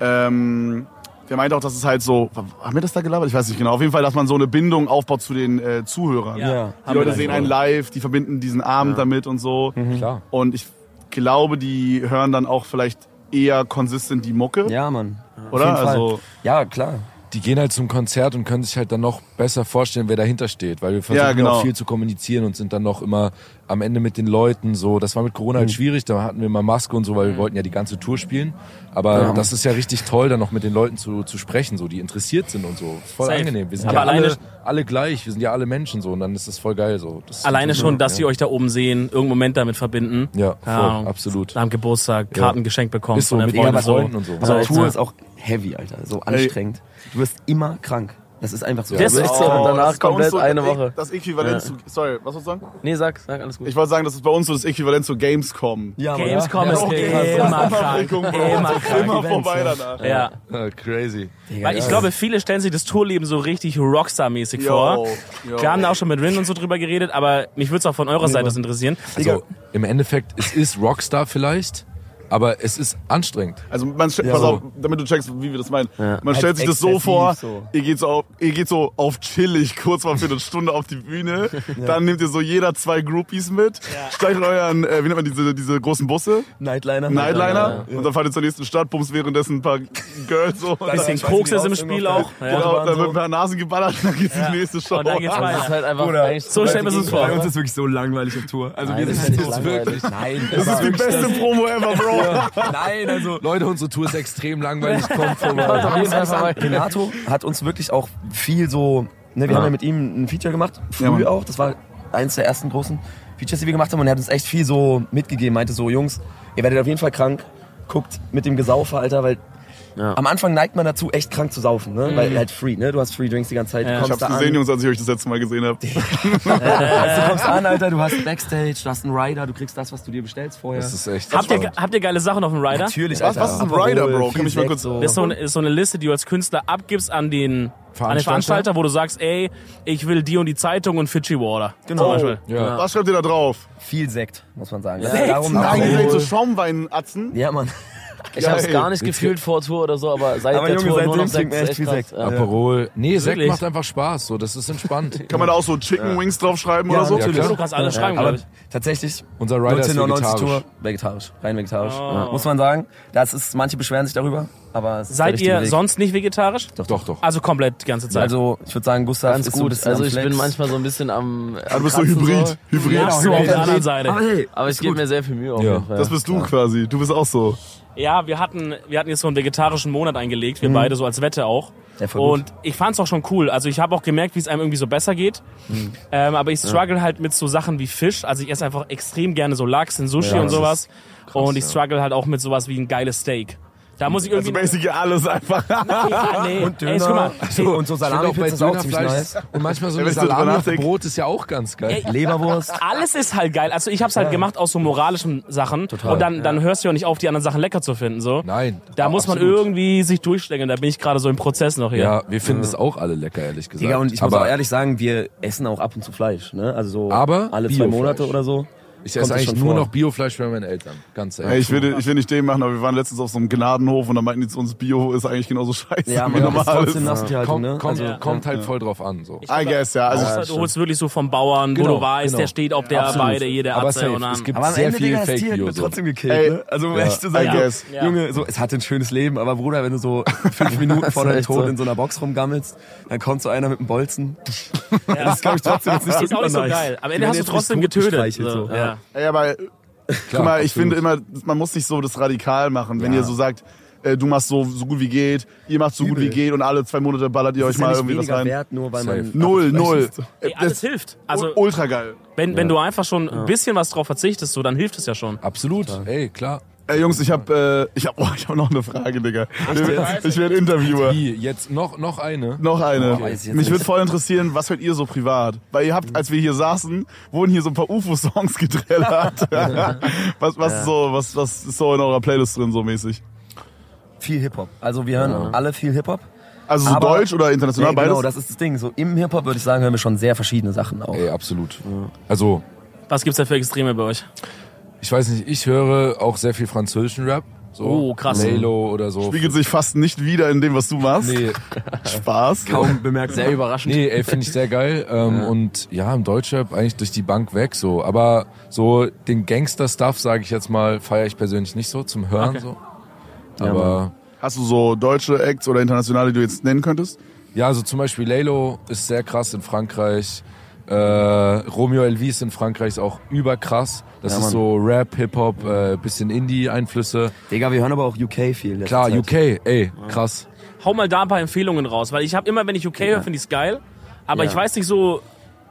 A: Ähm, der meinte auch, dass es halt so, haben wir das da gelabert? Ich weiß nicht genau. Auf jeden Fall, dass man so eine Bindung aufbaut zu den äh, Zuhörern.
B: Ja.
C: Ja.
A: Die Leute sehen einen live, die verbinden diesen Abend damit und so.
E: Klar.
A: Und ich glaube, die hören dann auch vielleicht eher konsistent die Mucke,
C: Ja, Mann. Auf
A: oder?
C: jeden Fall.
A: Also
C: ja, klar.
E: Die gehen halt zum Konzert und können sich halt dann noch besser vorstellen, wer dahinter steht, weil wir versuchen
A: Ja, genau.
E: auch viel zu kommunizieren und sind dann noch immer am Ende mit den Leuten so. Das war mit Corona
B: Mhm.
E: halt schwierig, da hatten wir mal Maske und so, weil wir wollten ja die ganze Tour spielen. Aber das ist ja richtig toll, dann noch mit den Leuten zu, zu sprechen, so die interessiert sind und so. Voll
B: Safe.
E: angenehm. Wir sind
B: Aber
E: ja alle,
B: alleine-
E: alle gleich, wir sind ja alle Menschen so und dann ist das voll geil so. Das
B: Alleine schon, dass die
E: ja.
B: euch da oben sehen, irgendeinen Moment damit verbinden.
E: Ja,
B: Keine
E: voll,
B: Ahnung.
E: absolut.
B: Am Geburtstag Karten geschenkt bekommen
E: Ist so,
B: von der
E: mit
B: Freundin.
E: Ehren- Freunden und so.
C: Aber
B: echt,
C: Also, Tour
B: ne?
C: ist auch heavy, Alter. So anstrengend. Du wirst immer krank. Das ist einfach so.
B: Das
C: Du wirst
B: ist
D: so.
C: so-
D: Und danach
A: das ist bei uns
D: komplett eine
A: das- E-
D: Woche.
A: Das Äquivalent zu. Sorry, was wolltest du sagen?
D: Nee, sag, sag alles gut.
A: Ich wollte sagen, das ist bei uns so das Äquivalent zu Gamescom.
C: Ja, Mann.
B: Gamescom ist eh
A: okay.
B: immer
A: Das ist
B: krank.
A: Abwägung, Bro.
B: Immer
A: Immer
B: krank.
A: vorbei danach.
B: Ja.
A: Ah,
E: Äh, Crazy.
B: Weil ich glaube, viele stellen sich das Tourleben so richtig Rockstar-mäßig
A: Yo,
B: vor.
A: yo.
B: Wir haben da auch schon mit Rin und so drüber geredet, aber mich würde es auch von eurer Seite aus interessieren.
E: Also im Endeffekt, es ist Rockstar vielleicht, aber es ist anstrengend.
A: Also man stellt, pass
E: so.
A: auf, damit du checkst, wie wir das meinen. Man
C: Als
A: stellt sich das so
C: exzessiv
A: vor,
C: so.
A: Ihr, geht so auf, ihr geht so auf chillig, kurz mal für eine Stunde auf die Bühne, dann nehmt ihr so jeder zwei Groupies mit, steigt in euren, äh, wie nennt man diese, diese großen Busse,
C: Nightliner.
A: Nightliner, und dann fahrt ihr zur nächsten Stadt, bumst währenddessen ein paar Girls so.
B: Ein bisschen
C: weiß nicht,
B: Koks ist im
C: raus,
B: Spiel
C: irgendwo auf
B: auch.
C: der-
B: Ja.
A: Genau, dann wird ein paar Nasen geballert, dann geht's in die nächste Show.
B: Und dann geht's
D: das ist
B: weiter.
D: halt einfach
C: Bruder,
D: echt.
B: So stellen wir es uns vor.
C: Bei uns ist wirklich so langweilig auf Tour. Also
D: Nein,
C: wir
D: das
C: sind
D: ist langweilig.
C: Nein,
A: Das ist die beste Promo ever, Bro.
C: Nein, also
E: Leute, unsere Tour ist extrem langweilig, kommt vorbei.
D: Auf jeden Fall vorbei.
C: Renato hat uns wirklich auch viel so. Ne, wir haben ja mit ihm ein Feature gemacht,
A: Ja,
C: früh
A: Mann.
C: auch. Das war eins der ersten großen Features, die wir gemacht haben. Und er hat uns echt viel so mitgegeben. Meinte so, Jungs, ihr werdet auf jeden Fall krank. Guckt mit dem Gesaufer, Alter, weil
D: Ja.
C: am Anfang neigt man dazu, echt krank zu saufen, ne? Weil halt free, ne? Du hast free Drinks die ganze Zeit.
B: Ja.
C: du
A: Ich
C: kommst
A: hab's
C: da
A: gesehen,
C: an.
A: Jungs, als ich euch das letzte Mal gesehen hab.
C: Du kommst an, Alter, du hast Backstage, du hast einen Rider, du kriegst das, was du dir bestellst vorher.
E: Das ist echt
B: Habt ihr,
E: spannend.
B: habt ihr geile Sachen auf dem Rider?
C: Natürlich,
A: Was-
C: Alter.
A: was ist ein Rider, Bro? Kann
C: Viel
A: ich mal
C: Sekt,
A: kurz-
C: so.
B: Das ist so, eine, ist so eine Liste, die du als Künstler abgibst an den an den
E: Veranstalter?
B: Veranstalter, wo du sagst, ey, ich will die und die Zeitung und Fidschi Water.
C: Genau.
B: Zum Beispiel.
E: Ja.
A: Was schreibt ihr da drauf?
C: Viel Sekt, muss man sagen.
D: Sekt?
A: Nein, ihr seid so
C: Alkohol.
A: Schaumweinatzen.
C: Ja, Mann.
D: Ich hab's
A: Geil.
D: gar nicht gefühlt vor Tour oder so, aber seit
C: Aber
D: der
C: Junge,
D: Tour
C: seitdem
D: nur noch Sekt.
C: trinken wir echt
D: ist
C: viel
D: krass.
C: Sekt.
D: Ja.
E: Aperol. Nee, Sekt
B: Wirklich?
E: macht einfach Spaß, so, das ist entspannt.
A: Kann man da auch so Chicken Wings draufschreiben
C: Ja,
A: oder so?
E: natürlich.
B: Du kannst alles schreiben,
C: Aber
B: glaube ich.
C: tatsächlich,
E: Unser Rider ist
C: 1999
E: vegetarisch.
C: Tour, vegetarisch, rein vegetarisch.
B: Oh.
C: Ja. Muss man sagen, das ist, manche beschweren sich darüber, aber es ist der
B: Seid
C: richtige
B: ihr
C: Weg.
B: sonst nicht vegetarisch?
E: Doch, doch, doch.
B: Also komplett die ganze Zeit.
C: Also, ich würde sagen, Gustav
D: Ganz
C: ist so ein
D: gut.
C: bisschen
D: also
C: am
D: ich
C: Flex.
D: bin manchmal so ein bisschen am. am
A: Ah, Du bist so
D: Kratzen
A: Hybrid. Hybrid.
B: ja,
C: Genau.
B: so auf der anderen Seite.
C: hey,
D: Aber ich gebe mir sehr viel Mühe auf
E: Ja.
D: jeden Fall.
A: Das bist du quasi. Du bist auch so.
B: Ja, wir hatten, wir hatten jetzt so einen vegetarischen Monat eingelegt, wir beide so als Wette auch.
C: Ja, voll gut.
B: und ich fand's auch schon cool. Also ich habe auch gemerkt, wie es einem irgendwie so besser geht. Ähm, aber ich struggle halt mit so Sachen wie Fisch. Also ich esse einfach extrem gerne so Lachs in Sushi
E: Ja,
B: und
E: das ist
B: sowas. und ich
E: ja.
B: struggle halt auch mit sowas wie ein geiles Steak. Da muss ich
A: Also
B: irgendwie...
A: basically alles einfach.
B: Ah, nee.
C: und Döner
B: Ey, jetzt guck mal.
C: und so
E: Ich finde
C: Salami-Pizza ist auch ziemlich nice.
E: Und manchmal so
A: Ja, wenn ich
E: eine
A: so drüber
E: Salami auf
A: nachdenk-
E: Brot ist ja auch ganz geil.
C: Leberwurst.
B: Alles ist halt geil. Also ich hab's halt gemacht aus so moralischen Sachen. Total, und dann, dann hörst du ja nicht auf, die anderen Sachen lecker zu finden. So.
E: Nein.
B: Da muss man
E: absolut.
B: irgendwie sich durchschlängeln. Da bin ich gerade so im Prozess noch hier.
E: Ja, wir finden es auch alle lecker, ehrlich gesagt.
C: Digga, und ich muss
E: aber
C: auch ehrlich sagen, wir essen auch ab und zu Fleisch, ne? Also so
E: Aber
C: alle zwei
E: Biofleisch.
C: Monate oder so.
E: ich
C: kommt das
E: esse eigentlich
C: schon
E: nur
C: vor.
E: noch Biofleisch bei meinen Eltern. Ganz
A: Ey,
E: ehrlich.
A: ich, will, ich will nicht den machen, aber wir waren letztens auf so einem Gnadenhof und da meinten die zu uns, Bio ist eigentlich genauso scheiße
C: Ja,
A: wie
C: man ist
A: normales.
C: trotzdem Nassentierhaltung,
E: kommt,
C: ne?
E: kommt,
C: Also,
E: kommt halt voll drauf an. So.
A: I guess, ja. Also,
B: Außer du holst wirklich so vom Bauern, wo
E: Genau,
B: du weißt,
E: genau.
B: der steht auf der
E: Absolut.
B: Weide, hier der
E: aber
B: Atze
E: safe.
B: und
E: Es
B: dann.
E: gibt
C: Aber am
E: sehr
C: Ende,
E: viel
C: Digga, das
E: Fake
C: Tier
E: Bio.
C: wird
E: So.
C: trotzdem gekillt,
A: Ey,
C: ne? Also, um
A: ja.
C: echt zu sein,
A: I
C: so,
A: guess.
B: Ja.
C: Junge, so, es hatte ein schönes Leben, aber Bruder, wenn du so fünf Minuten vor deinem
D: echt
C: Tod
D: so.
C: in so einer Box rumgammelst, dann kommt so einer mit einem Bolzen. Das ist, glaube ich, trotzdem jetzt nicht so,
B: Ist auch nicht so
C: übernice.
B: geil. Am Ende
C: Wenn
B: hast
C: er
B: du
C: jetzt
B: trotzdem
C: nicht gut
B: getötet.
C: gestreichelt,
B: So,
C: so.
B: ja.
A: Ey, aber äh, guck mal, ich finde immer, man muss nicht so das radikal machen, wenn ihr so sagt, äh, du machst so, so gut wie geht, ihr macht so gut wie
C: Übel.
A: geht und alle zwei Monate ballert ihr euch
C: Ist ja
A: mal
C: nicht
A: irgendwie was
C: weniger
A: rein.
C: wert, nur weil man... also
E: Safe.
A: Null, null. Äh,
B: Ey, alles
A: das-
B: hilft. Also,
A: Ultra geil.
B: wenn, wenn du einfach schon ein bisschen was drauf verzichtest, so, dann hilft es ja schon.
E: Absolut. Ey, klar.
A: Ey, Jungs, ich hab, äh, ich hab, oh, ich hab noch eine Frage, Digga. Ich werde Interviewer.
E: Wie, jetzt noch, noch eine?
A: Noch eine.
C: weiß ich jetzt
A: Mich würde
C: nicht.
A: voll interessieren, was hört ihr so privat? Weil ihr habt, als wir hier saßen, wurden hier so ein paar UFO-Songs gedrillert. was, was, ist so, was, was ist so in eurer Playlist drin, so mäßig?
C: Viel Hip-Hop. Also, wir hören alle viel Hip-Hop.
A: Also so
C: Aber-
A: deutsch oder international,
C: Ja, genau,
A: beides?
C: das ist das Ding. So im Hip-Hop, würde ich sagen, hören wir schon sehr verschiedene Sachen auch.
E: Ey, absolut. Also,
B: Was gibt's da für Extreme bei euch?
E: ich weiß nicht, ich höre auch sehr viel französischen Rap. So
B: Oh, krass.
E: Lalo oder so.
A: Spiegelt sich fast nicht wieder in dem, was du machst.
E: Nee,
A: Spaß.
C: Kaum bemerkt.
D: Sehr überraschend.
E: nee, ey, finde ich sehr geil. Ähm, Und ja, im Deutschrap eigentlich durch die Bank weg so. Aber so den Gangster-Stuff, sage ich jetzt mal, feiere ich persönlich nicht so zum Hören so. Aber
A: Hast du so deutsche Acts oder internationale, die du jetzt nennen könntest?
E: Ja, also zum Beispiel Lelo ist sehr krass in Frankreich. Äh, Romeo Elvis in Frankreich ist auch überkrass. Das
C: Ja,
E: ist
C: Mann.
E: so Rap, Hip-Hop, äh, bisschen Indie-Einflüsse.
C: Digga, wir hören aber auch UK viel. letzte
E: Klar,
C: Zeit.
E: UK, ey, krass.
B: Hau mal da ein paar Empfehlungen raus, weil ich habe immer, wenn ich UK höre, finde ich es geil, aber
C: Ja.
B: ich weiß nicht so,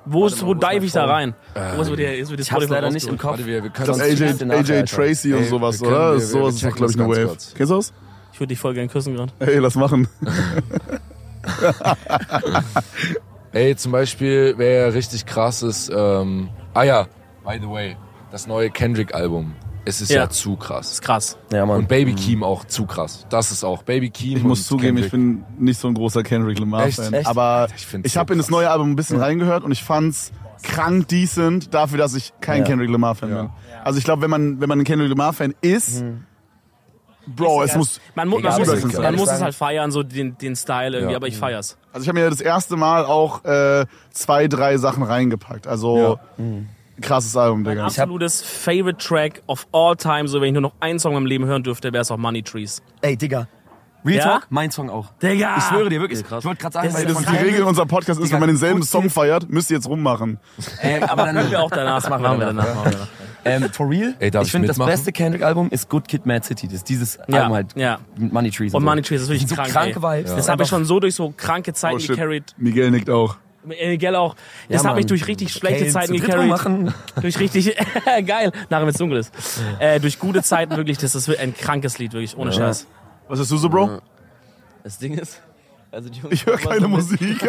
B: wo, ist, wo
C: wo ist mein
B: dive ich da
C: Phone?
B: rein? wo ist, wo der, ist, wo die
C: Ich hab's
B: Spotify
C: leider nicht im
B: rausgeholt?
C: Kopf.
E: Warte, wir, wir
A: Das
E: können
C: ist
A: AJ,
C: erste Nachfrage,
A: AJ
C: Alter.
A: Tracy und
E: Ey,
A: sowas,
E: wir können-
A: oder?
E: wir- wir
A: sowas ist doch,
E: checken
A: glaube ich, eine
E: das ganz
A: Wave.
E: kurz.
A: Kennst du das?
B: Ich würde dich voll gern küssen gerade.
A: Ey, lass machen.
E: Ey, zum Beispiel, wer ja richtig krass ist, ähm, ah ja, by the way, das neue Kendrick-Album. Es ist ja,
B: Ja.
E: zu krass.
B: Ist krass.
C: Ja, Mann.
E: Und Baby Keem auch zu krass. Das ist auch Baby Keem.
A: Ich muss
E: und
A: zugeben,
E: Kendrick.
A: ich bin nicht so ein großer Kendrick Lamar-Fan.
E: Echt? Echt?
A: Aber
E: Ich find's
A: ich
E: so
A: habe in das
E: krass.
A: neue Album ein bisschen reingehört und ich fand's krank decent dafür, dass ich kein
C: Ja.
A: Kendrick Lamar-Fan bin. Also ich glaube, wenn man, wenn man ein Kendrick Lamar-Fan ist,
E: Mhm.
A: Bro, es muss...
B: Man, mu
C: Egal,
B: man, muss,
A: aber ich
B: es,
A: kann's
B: man
C: ehrlich
B: muss es
C: sagen.
B: halt feiern, so den, den Style irgendwie,
E: Ja.
B: aber ich feier's.
A: Also ich habe mir das erste Mal auch äh, zwei, drei Sachen reingepackt. Also krasses Album, Digga.
C: Mhm. hab-
B: Absolutes Favorite Track of all time, so wenn ich nur noch einen Song in meinem Leben hören dürfte, wäre es auch Money Trees.
C: Ey, Digga. Real
B: Ja?
C: Talk, mein Song auch.
B: Digga!
C: Ich schwöre dir wirklich.
D: Ja, krass.
C: Ich wollte gerade sagen,
B: Das
C: weil
B: ist
A: Das ist die
B: Keine-
A: Regel in unserem Podcast ist,
C: Digga,
A: wenn man denselben
C: gut
A: Song
C: hier-
A: feiert, müsst ihr jetzt rummachen.
C: Ey, aber dann
B: Können wir auch danach. Das machen wir danach. Machen wir danach.
C: Ähm, for real?
E: Ey, darf
C: ich
E: ich
C: finde, das
E: mitmachen?
C: beste Kendrick-Album ist Good Kid, Mad City. Das ist dieses
B: Ja,
C: Album halt.
B: ja.
C: Mit Money Trees.
B: Und
C: so.
B: Money Trees ist wirklich
C: Also, so
B: krank.
C: kranke
B: ey.
C: Vibes.
B: Das habe ich schon so durch so kranke Zeiten
A: Oh, shit.
B: gecarried.
A: Miguel nickt auch.
B: Äh, Gell auch. Das habe ich durch richtig schlechte Zeiten gecarried.
C: machen.
B: Durch richtig, geil, nachher wenn's dunkel ist. Äh, durch gute Zeiten wirklich, das ist ein krankes Lied, wirklich, ohne Scheiß.
A: Was hast du so, Bro?
D: Das Ding ist, also die Jungs
A: Ich höre
D: haben
A: keine
D: immer so
A: Musik.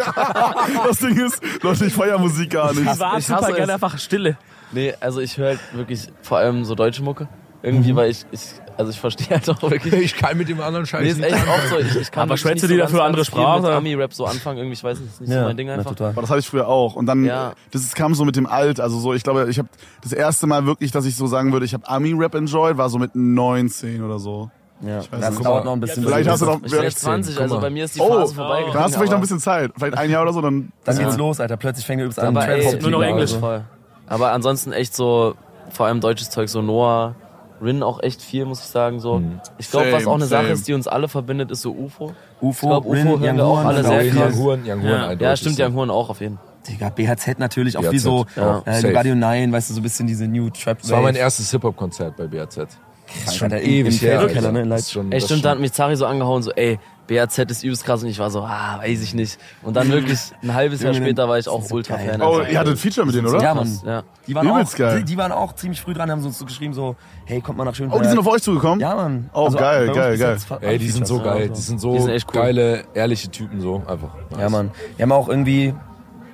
A: das Ding ist, Leute, ich feiere Musik gar nicht.
B: Die war
D: ich hasse
B: super
D: es.
B: gerne einfach Stille.
D: mit- Nee, also ich höre halt wirklich vor allem so deutsche Mucke. Irgendwie, weil ich, ich also ich verstehe halt auch wirklich.
E: Ich kann mit dem anderen Scheiß
D: Nee, ist
E: nicht.
D: echt auch so. Ich, ich kann
B: Aber
D: wirklich
B: schwätzt
D: nicht
B: du die
D: so ganz,
B: dafür andere
D: ganz viel
B: Sprache?
D: Mit Ami-Rap so anfangen, irgendwie, ich weiß nicht, ist nicht so mein Ding einfach.
A: Aber das hatte ich früher auch. Und dann,
D: Ja.
A: das ist- kam so mit dem Alt. Also so, ich glaube, ich habe das erste Mal wirklich, dass ich so sagen würde, ich habe Ami-Rap enjoyed, war so mit 19 oder so.
C: Ja,
A: weiß
C: das
A: nicht.
C: dauert noch ein bisschen.
A: Vielleicht hast du noch...
D: Ich bin jetzt
E: 16,
D: 20, also
E: guck mal.
D: bei mir ist die
A: Oh,
D: Phase vorbei.
A: dann hast du vielleicht noch ein bisschen Zeit. Vielleicht ein Jahr oder so, dann...
C: Dann geht's los, Alter. Plötzlich fängt er übelst an.
D: Aber
C: Trap
D: ey,
C: zu
B: nur noch
C: fliegen.
B: Englisch.
C: Also,
D: Voll. Aber ansonsten echt so, vor allem deutsches Zeug, so Noah, Rin auch echt viel, muss ich sagen. So.
C: Mhm.
D: Ich glaube, was
A: Same,
D: auch eine Sache
A: same.
D: ist, die uns alle verbindet, ist so UFO.
C: UFO,
D: Ich glaub,
C: Rin,
D: UFO hören
C: Young
D: wir auch
C: Horn,
D: alle
C: genau.
D: sehr
E: Young
D: krass.
E: Huren, Young Huren
B: Ja.
E: eindeutig.
D: Ja, stimmt,
E: so.
D: Young Horn auch auf jeden Fall.
C: Digga, BHZ natürlich. Auch
E: BHZ,
C: wie so
E: ja.
C: äh,
E: Safe.
C: Lugardio 9, weißt du, so ein bisschen diese New Trap.
E: Das war mein erstes Hip-Hop-Konzert bei BAZ.
C: Krass, schon ewig her.
E: Alter.
C: Keller, ne?
E: Das
C: Leid.
E: ist schon-
D: Ey,
E: das ist
D: stimmt, da
E: schon-
D: hat mich Zari so angehauen, so, ey, BAZ ist übelst krass und ich war so, ah, weiß ich nicht. Und dann wirklich ein halbes Jahr
C: Junge,
D: später war ich
C: das
D: auch
C: ist so
D: Ultra-Fan.
C: geil.
A: Oh,
D: Also,
A: ihr hattet ein Feature mit denen, oder?
C: Ja,
D: krass,
C: Mann.
D: ja.
C: Die waren, auch,
A: Übelst geil.
C: die, die waren auch ziemlich früh dran, haben so, so geschrieben, so, hey, kommt mal nach Schönberg.
A: Oh, die sind auf euch zugekommen?
C: Äh, Ja, Mann. Also,
A: Oh, geil,
C: bei uns
A: geil,
C: bis
A: geil.
C: jetzt fa-
E: Ey, die sind so
C: Features,
E: geil. Die sind so
D: Die sind echt cool.
E: geile, ehrliche Typen, so einfach.
C: Ja, Mann. Wir haben auch irgendwie,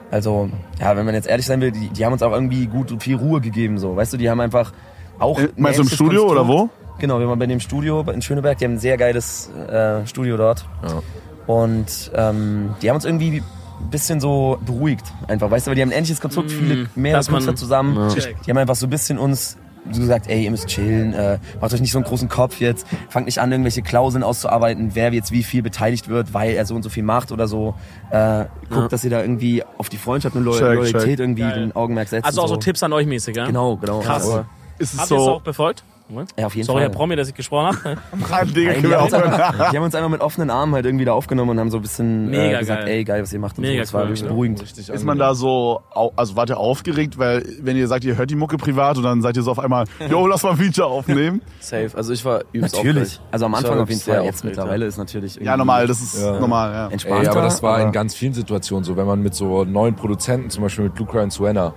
C: also, ja, wenn man jetzt ehrlich sein will, die, die haben uns auch irgendwie gut und viel Ruhe gegeben, so. Weißt du, die haben einfach auch.
A: Äh,
C: ein
A: meinst du im
C: ähnliches
A: Studio oder wo?
C: Genau, wir waren bei dem Studio in Schöneberg. Die haben ein sehr geiles äh, Studio dort.
E: Ja.
C: Und ähm, die haben uns irgendwie ein bisschen so beruhigt, einfach, weißt du, weil die haben ein ähnliches
E: Mm,
C: Konstrukt, viele mehrere
B: dass man-
C: Künstler zusammen.
B: Check.
C: Die haben einfach so ein bisschen uns so gesagt, ey, ihr müsst chillen, äh, macht euch nicht so einen großen Kopf jetzt, fangt nicht an, irgendwelche Klauseln auszuarbeiten, wer jetzt wie viel beteiligt wird, weil er so und so viel macht oder so. Äh, guckt, dass ihr da irgendwie auf die Freundschaft und Lo
A: Check,
C: Loyalität
A: check.
C: irgendwie
B: Geil.
C: den Augenmerk setzt.
B: Also
C: und
B: auch so
C: so
B: Tipps an euch mäßig, ja?
C: Genau, genau.
B: Krass.
C: Also,
A: Ist es
B: Habt ihr es auch
A: so...
B: befolgt?
C: ja, auf jeden
B: Sorry, Herr
C: Fall.
B: Promi, dass ich gesprochen habe.
A: Ah, Digga, können
C: Ey, die,
A: wir
C: haben uns
A: aufhören?
C: einfach, die haben uns einfach mit offenen Armen halt irgendwie da aufgenommen und haben so ein bisschen
B: Mega
C: äh, gesagt,
B: geil.
C: ey, geil, was ihr macht und
B: Mega
C: so. Das war
B: cool,
C: wirklich
B: ne?
C: beruhigend.
A: Ist man da so, au- also wart ihr aufgeregt, weil wenn ihr sagt, ihr hört die Mucke privat und dann seid ihr so auf einmal, yo, lass mal ein Feature aufnehmen.
D: Safe. Also ich war übelst
C: Natürlich.
D: aufgeregt.
C: Also am
D: Ich war
C: Anfang auf
D: wirklich
C: jeden
D: sehr
C: Fall. Jetzt
D: aufgeregt, ja.
C: mittlerweile ist natürlich irgendwie
A: Ja, normal, das ist
E: Ja.
A: normal, ja.
C: entspannter.
E: Ey, aber das war in
C: aber-
E: ganz vielen Situationen so, wenn man mit so neuen Produzenten, zum Beispiel mit Luca und Suena,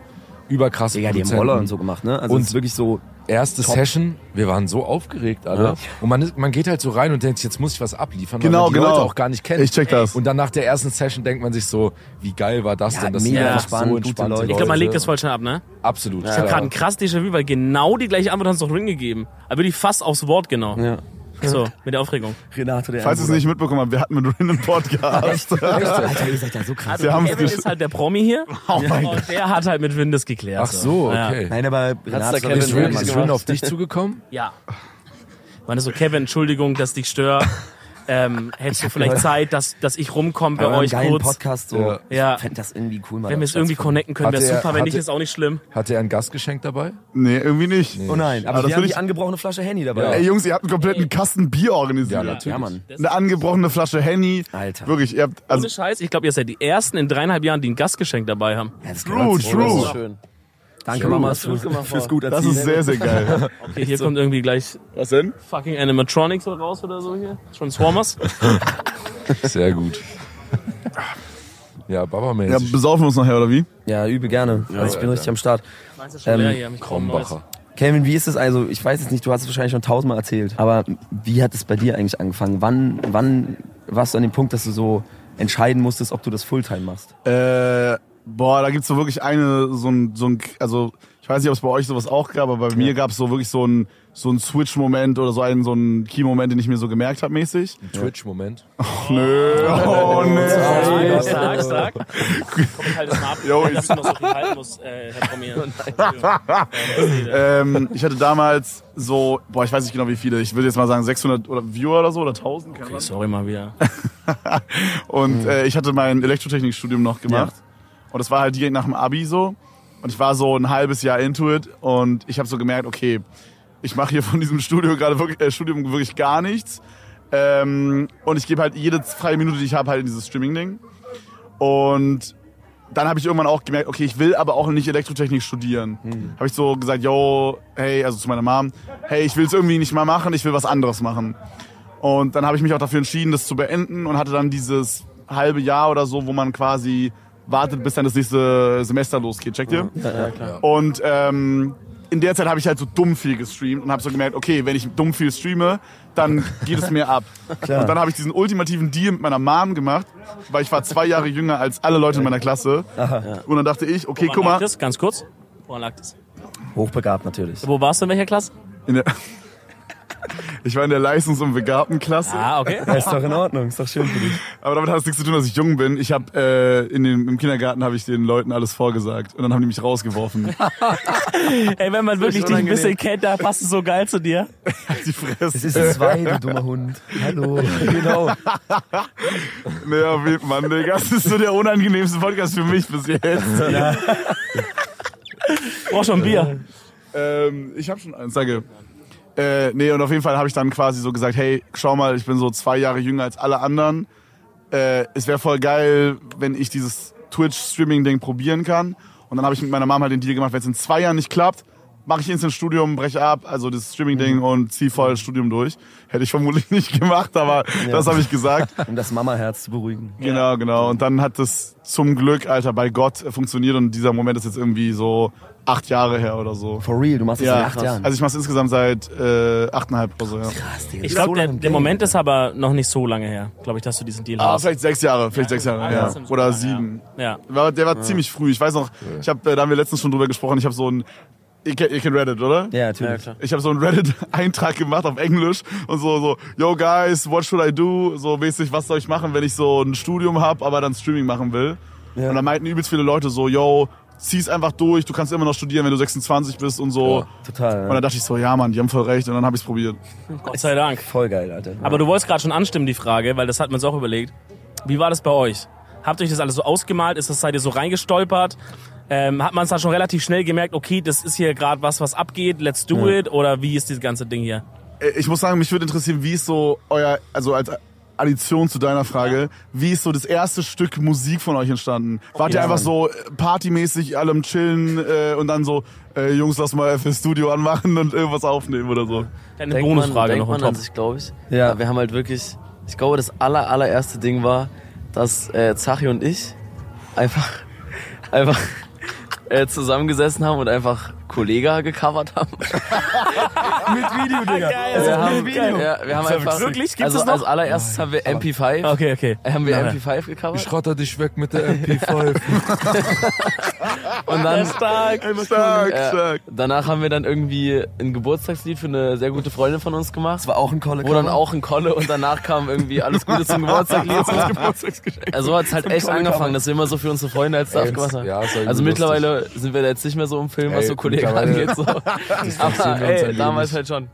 E: überkrasse
C: Digga, die haben
E: Produzenten.
C: Roller und so gemacht, ne? Also
E: Und-
C: es ist wirklich so.
E: Erste
C: Top.
E: Session, wir waren so aufgeregt, Alter.
D: Ja.
E: Und man, ist- man geht halt so rein und denkt, jetzt muss ich was abliefern,
A: Genau,
E: weil man die
A: genau.
E: Leute auch gar nicht kennt.
A: Ich check das.
E: Und dann nach der ersten Session denkt man sich so, wie geil war das
C: Ja,
E: denn? Das
C: mega
E: einfach
C: entspannt,
E: so
C: gute
E: entspannte
C: Leute.
E: Leute.
B: Ich glaube, man legt das voll schnell ab, ne?
E: Absolut.
B: Ich habe gerade ein krass Déjà-vu, weil genau die gleiche Antwort hast du doch Rin gegeben. Aber wirklich fast aufs Wort genau.
C: Ja.
B: So, mit der Aufregung.
C: Renato, der
A: Falls ihr es nicht mitbekommen habt, wir hatten mit Rin einen Podcast.
C: Alter, ihr seid ja so krass.
A: Wir haben es
B: Kevin
A: gesch-
B: ist halt der Promi hier.
A: Oh mein Gott.
B: Und der hat halt mit Windes geklärt.
E: Ach so, okay.
C: Nein, aber
D: der
C: Renato
D: Kevin
E: Ist Rin,
D: Mann.
E: ist Rin auf dich zugekommen?
B: Ja. ja. Man ist so, Kevin, Entschuldigung, dass ich dich störe. ähm, hättest du vielleicht Zeit, dass, dass ich rumkomme bei euch
C: geilen
B: kurz.
C: Podcast so.
E: Ja.
B: Ja.
C: Ich fänd das irgendwie cool, mal
B: Wenn wir es irgendwie connecten können, wäre
E: Hatte er-
B: super. Wenn nicht,
E: hatte-
B: ist auch nicht schlimm.
E: Hat er ein Gastgeschenk dabei?
A: Nee, irgendwie nicht.
C: Oh nein,
A: Aber
C: aber,
A: das
C: wir haben
A: will
C: die
A: ich-
C: angebrochene Flasche Handy dabei.
A: Ey Jungs, ihr habt einen kompletten Kasten Bier organisiert.
C: Ja, Mann.
A: Eine angebrochene Flasche Henny.
C: Alter.
A: Wirklich, ihr habt. Also,
B: Ohne Scheiß, ich glaube, ihr seid die ersten in dreieinhalb Jahren, die ein Gastgeschenk dabei haben.
C: Ja, das
A: true,
C: gehört sich.
A: true.
D: Schön.
C: Danke, Mama, fürs, fürs gut
A: Das ist sehr, sehr geil.
B: Okay, hier kommt irgendwie gleich
A: Was denn?
B: fucking Animatronics raus oder so hier. Transformers.
E: Sehr gut. Ja,
A: Ja,
E: Baba-mäßig.
A: besaufen wir uns nachher, oder wie?
C: Ja, übel gerne. Also ich bin richtig am Start.
B: Meins ist schon
C: Ähm,
B: leer hier. hab ich kaum
E: Krombacher.
C: Kelvin, wie ist es also? Ich weiß es nicht, du hast es wahrscheinlich schon tausendmal erzählt, aber wie hat es bei dir eigentlich angefangen? Wann, wann warst du an dem Punkt, dass du so entscheiden musstest, ob du das Fulltime machst?
A: Äh, boah, da gibt's so wirklich eine, so ein, so ein, also ich weiß nicht, ob es bei euch sowas auch gab, aber bei mir gab's so wirklich so ein, so ein Switch-Moment oder so einen, so einen Key-Moment, den ich mir so gemerkt habe mäßig.
E: Twitch-Moment.
A: Nö, oh nee.
B: Neues. Sag, sag, sag. Komm, halt das mal ab.
A: Jo,
B: dass du noch so viel halten musst, äh, Herr Promier.
A: ähm, ich hatte damals so, boah, ich weiß nicht genau wie viele, ich würde jetzt mal sagen 600 oder Viewer oder so oder 1000. keine Ahnung.
B: Sorry mal wieder.
A: Und äh, ich hatte mein Elektrotechnikstudium noch gemacht. Und das war halt direkt nach dem Abi so. Und ich war so ein halbes Jahr into it. Und ich habe so gemerkt, okay, ich mache hier von diesem Studio gerade wirklich, äh, Studium wirklich gar nichts. Ähm, und ich gebe halt jede freie Minute, die ich habe, halt in dieses Streaming-Ding. Und dann habe ich irgendwann auch gemerkt, okay, ich will aber auch nicht Elektrotechnik studieren. Habe ich so gesagt, yo, hey, also zu meiner Mom, hey, ich will es irgendwie nicht mal machen, ich will was anderes machen. Und dann habe ich mich auch dafür entschieden, das zu beenden und hatte dann dieses halbe Jahr oder so, wo man quasi wartet, bis dann das nächste Semester losgeht. Checkt ihr?
D: Ja, klar.
A: Und ähm, in der Zeit habe ich halt so dumm viel gestreamt und habe so gemerkt, okay, wenn ich dumm viel streame, dann geht es mir ab. Und dann habe ich diesen ultimativen Deal mit meiner Mom gemacht, weil ich war zwei Jahre jünger als alle Leute in meiner Klasse. Und dann dachte ich, okay, guck
B: Woran lag
A: mal,
B: das? Ganz kurz. Woran lag das?
C: Hochbegabt natürlich.
B: Wo warst du in welcher Klasse?
A: in der ich war in der Leistungs- und Begabtenklasse.
B: Ah, okay.
C: ist doch in Ordnung, ist doch schön für dich.
A: Aber damit hat es nichts zu tun, dass ich jung bin. Ich habe äh, in dem, im Kindergarten habe ich den Leuten alles vorgesagt und dann haben die mich rausgeworfen.
B: Ey, wenn man wirklich dich ein
A: unangenehm.
B: bisschen kennt, da passt es so geil zu dir.
A: die Fresse.
C: Es ist zwei, du dummer Hund. Hallo. Genau.
A: Naja, wie, Mann, Digga, das ist so der unangenehmste Podcast für mich bis jetzt.
B: Brauch schon Bier.
A: ähm, ich habe schon eins, danke. Äh, nee, und auf jeden Fall habe ich dann quasi so gesagt, hey, schau mal, ich bin so zwei Jahre jünger als alle anderen. Äh, es wäre voll geil, wenn ich dieses Twitch-Streaming-Ding probieren kann. Und dann habe ich mit meiner Mom halt den Deal gemacht, wenn es in zwei Jahren nicht klappt, mache ich ins Studium, breche ab, also das Streaming-Ding und zieh voll das Studium durch. Hätte ich vermutlich nicht gemacht, aber das habe ich gesagt.
C: Um das Mamaherz zu beruhigen.
A: Genau, genau. Und dann hat das zum Glück, Alter, bei Gott äh, funktioniert und dieser Moment ist jetzt irgendwie so acht Jahre her oder so.
C: For real, du machst das in acht Jahren.
A: Also ich mache es insgesamt seit äh, achteinhalb oder so, ja.
C: krass, Digga.
B: Ich
C: So
B: glaube, der,
C: lange
B: der
C: im
B: Moment ist aber noch nicht so lange her, glaube ich, dass du diesen Deal
A: Ah,
B: hast.
A: vielleicht sechs Jahre, vielleicht sechs Jahre,
B: Ja,
A: ja.
B: das ist
A: Oder
B: schon lange,
A: sieben.
B: Ja.
A: War, der war ziemlich früh. Ich weiß noch, ich hab, äh, da haben wir letztens schon drüber gesprochen, ich habe so ein, ihr kennt, ihr kennt Reddit, oder?
C: Ja, natürlich.
A: Ich habe so einen Reddit-Eintrag gemacht auf Englisch und so, so, yo guys, what should I do? So mäßig, was soll ich machen, wenn ich so ein Studium habe, aber dann Streaming machen will? Und dann meinten übelst viele Leute so, yo, zieh's einfach durch, du kannst immer noch studieren, wenn du 26 bist und so.
E: Ja.
C: Oh, Total.
A: Und dann
C: Ja.
A: dachte ich so, ja Mann, die haben voll recht und dann habe ich's probiert.
B: Gott sei Dank.
C: Voll geil, Alter.
B: Aber du wolltest gerade schon anstimmen, die Frage, weil das hat man uns auch überlegt. Wie war das bei euch? Habt ihr euch das alles so ausgemalt? Ist das, seid ihr so reingestolpert? Ähm, hat man es dann schon relativ schnell gemerkt, okay, das ist hier gerade was, was abgeht, let's do it? Oder wie ist dieses ganze Ding hier?
A: Äh, Ich muss sagen, mich würde interessieren, wie ist so euer, also als Addition zu deiner Frage, wie ist so das erste Stück Musik von euch entstanden?
C: Oh,
A: Wart ihr einfach so äh, partymäßig alle am Chillen äh, und dann so, äh, Jungs, lass mal FS Studio anmachen und irgendwas aufnehmen oder so?
B: Eine
D: Denkt man,
B: Bonusfrage
D: denkt
B: noch on
D: man
B: top.
D: an sich, glaube ich.
C: Ja.
D: Aber Wir haben halt wirklich, ich glaube, das aller, allererste Ding war, dass äh, Zachi und ich einfach, einfach äh, zusammengesessen haben und einfach Kollega gecovert haben.
B: Ah, Geil, das ist ein Video.
D: Ja, wir haben einfach,
B: wirklich? Gibt's
D: also
B: das noch?
D: als allererstes haben wir MP5.
B: Ah, Okay, okay.
D: Haben wir
B: Na, na.
D: MP5 gecovert
E: Schrotter dich weg mit der MP5.
D: und dann
B: Stark.
A: Stark,
D: äh,
A: stark.
D: danach haben wir dann irgendwie ein Geburtstagslied für eine sehr gute Freundin von uns gemacht,
C: Das war auch ein Kolle.
D: wo dann auch ein Kolle und danach kam irgendwie alles Gute zum Geburtstaglied. Also so hat's halt echt angefangen, dass wir immer so für unsere Freunde als Stuff
E: Ey,
D: gemacht haben.
E: ja, ist irgendwie
D: also mittlerweile sind wir da jetzt nicht mehr so im Film, was
E: Ey,
D: so Kollegen
E: mittlerweile-
D: angeht. So.
E: verstehen
D: Aber
E: wir uns
D: ey,
E: halt
D: damals halt schon.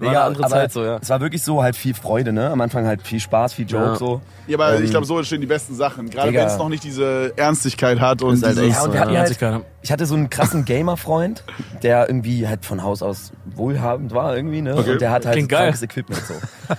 D: War eine andere
C: aber
D: Zeit so, ja.
C: Es war wirklich so, halt viel Freude, ne? Am Anfang halt viel Spaß, viel Joke,
D: Ja.
C: so.
A: Ja, aber ich glaube, so entstehen die besten Sachen. Gerade
C: Digga.
A: wenn es noch nicht diese Ernstigkeit hat und
D: Ist halt
A: dieses,
D: echt
C: Ja, und wir
D: Ja.
C: hatten halt,
B: Herzlichkeit.
C: ich hatte so einen krassen Gamer-Freund, der irgendwie halt von Haus aus wohlhabend war irgendwie, ne? Und der hat halt
B: Klingt
C: so
B: geil.
C: krankes Equipment so.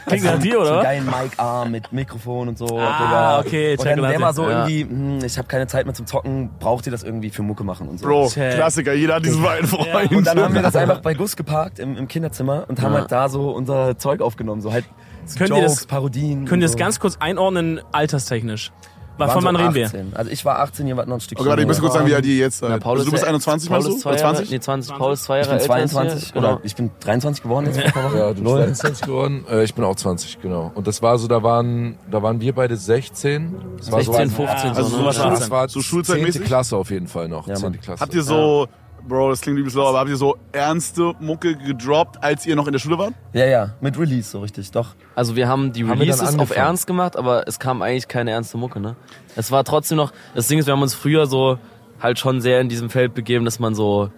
B: Klingt nach dir,
C: So
B: oder?
C: einen
B: was?
C: geilen Mic-Arm mit Mikrofon und so.
B: Ah, okay,
C: Und dann
B: Chocolate.
C: der mal so
D: Ja.
C: irgendwie, hm, ich habe keine Zeit mehr zum Zocken, braucht ihr das irgendwie für Mucke machen und so.
A: Bro,
B: Check.
A: Klassiker. Jeder hat diesen beiden Freund.
C: Und dann haben wir das einfach bei Gus geparkt im, im Kinderzimmer und haben halt da so unser Zeug aufgenommen. So halt so
B: Könnt ihr
C: Jokes,
B: das-
C: Parodien.
B: Könnt ihr
C: und
B: das ganz kurz einordnen, alterstechnisch?
C: so.
B: Wovon
C: Waren
B: man
C: so
B: reden wir?
C: 18. Also ich war 18, ihr wart noch ein Stück
A: Okay, warte, Oh, ich muss kurz sagen, wie alt ihr jetzt seid.
D: Na,
A: also, du bist
D: ist-
A: 21,
D: Paul
A: meinst du?
D: ist zwei
A: Oder
D: Jahre-
A: 20?
D: Nee, 20. Paul ist zwei
C: Ich
D: Jahre
C: bin
D: älter als wir.
C: 22 oder ich bin 23 geworden jetzt vor paar Wochen.
E: Ja, du bist 21 geworden. Äh, ich bin auch 20, genau. Und das war so, da waren, da waren wir beide 16. Das war
D: 16,
E: so
D: 15,
B: Also
D: so,
B: sowas
D: ne?
B: war-
E: Das war
A: So
E: so
A: schulzeitmäßig?
E: 10. Klasse auf jeden Fall noch.
C: Ja, Mann.
E: 10. Klasse.
A: Habt ihr so, Bro, das klingt übelst low, aber habt ihr so ernste Mucke gedroppt, als ihr noch in der Schule wart?
C: Ja, ja, mit Release so richtig, doch.
D: Also wir haben die
E: Haben wir dann
D: Releases auf
E: angefangen?
D: ernst gemacht, aber es kam eigentlich keine ernste Mucke, ne? Es war trotzdem noch, das Ding ist, wir haben uns früher so halt schon sehr in diesem Feld begeben, dass man so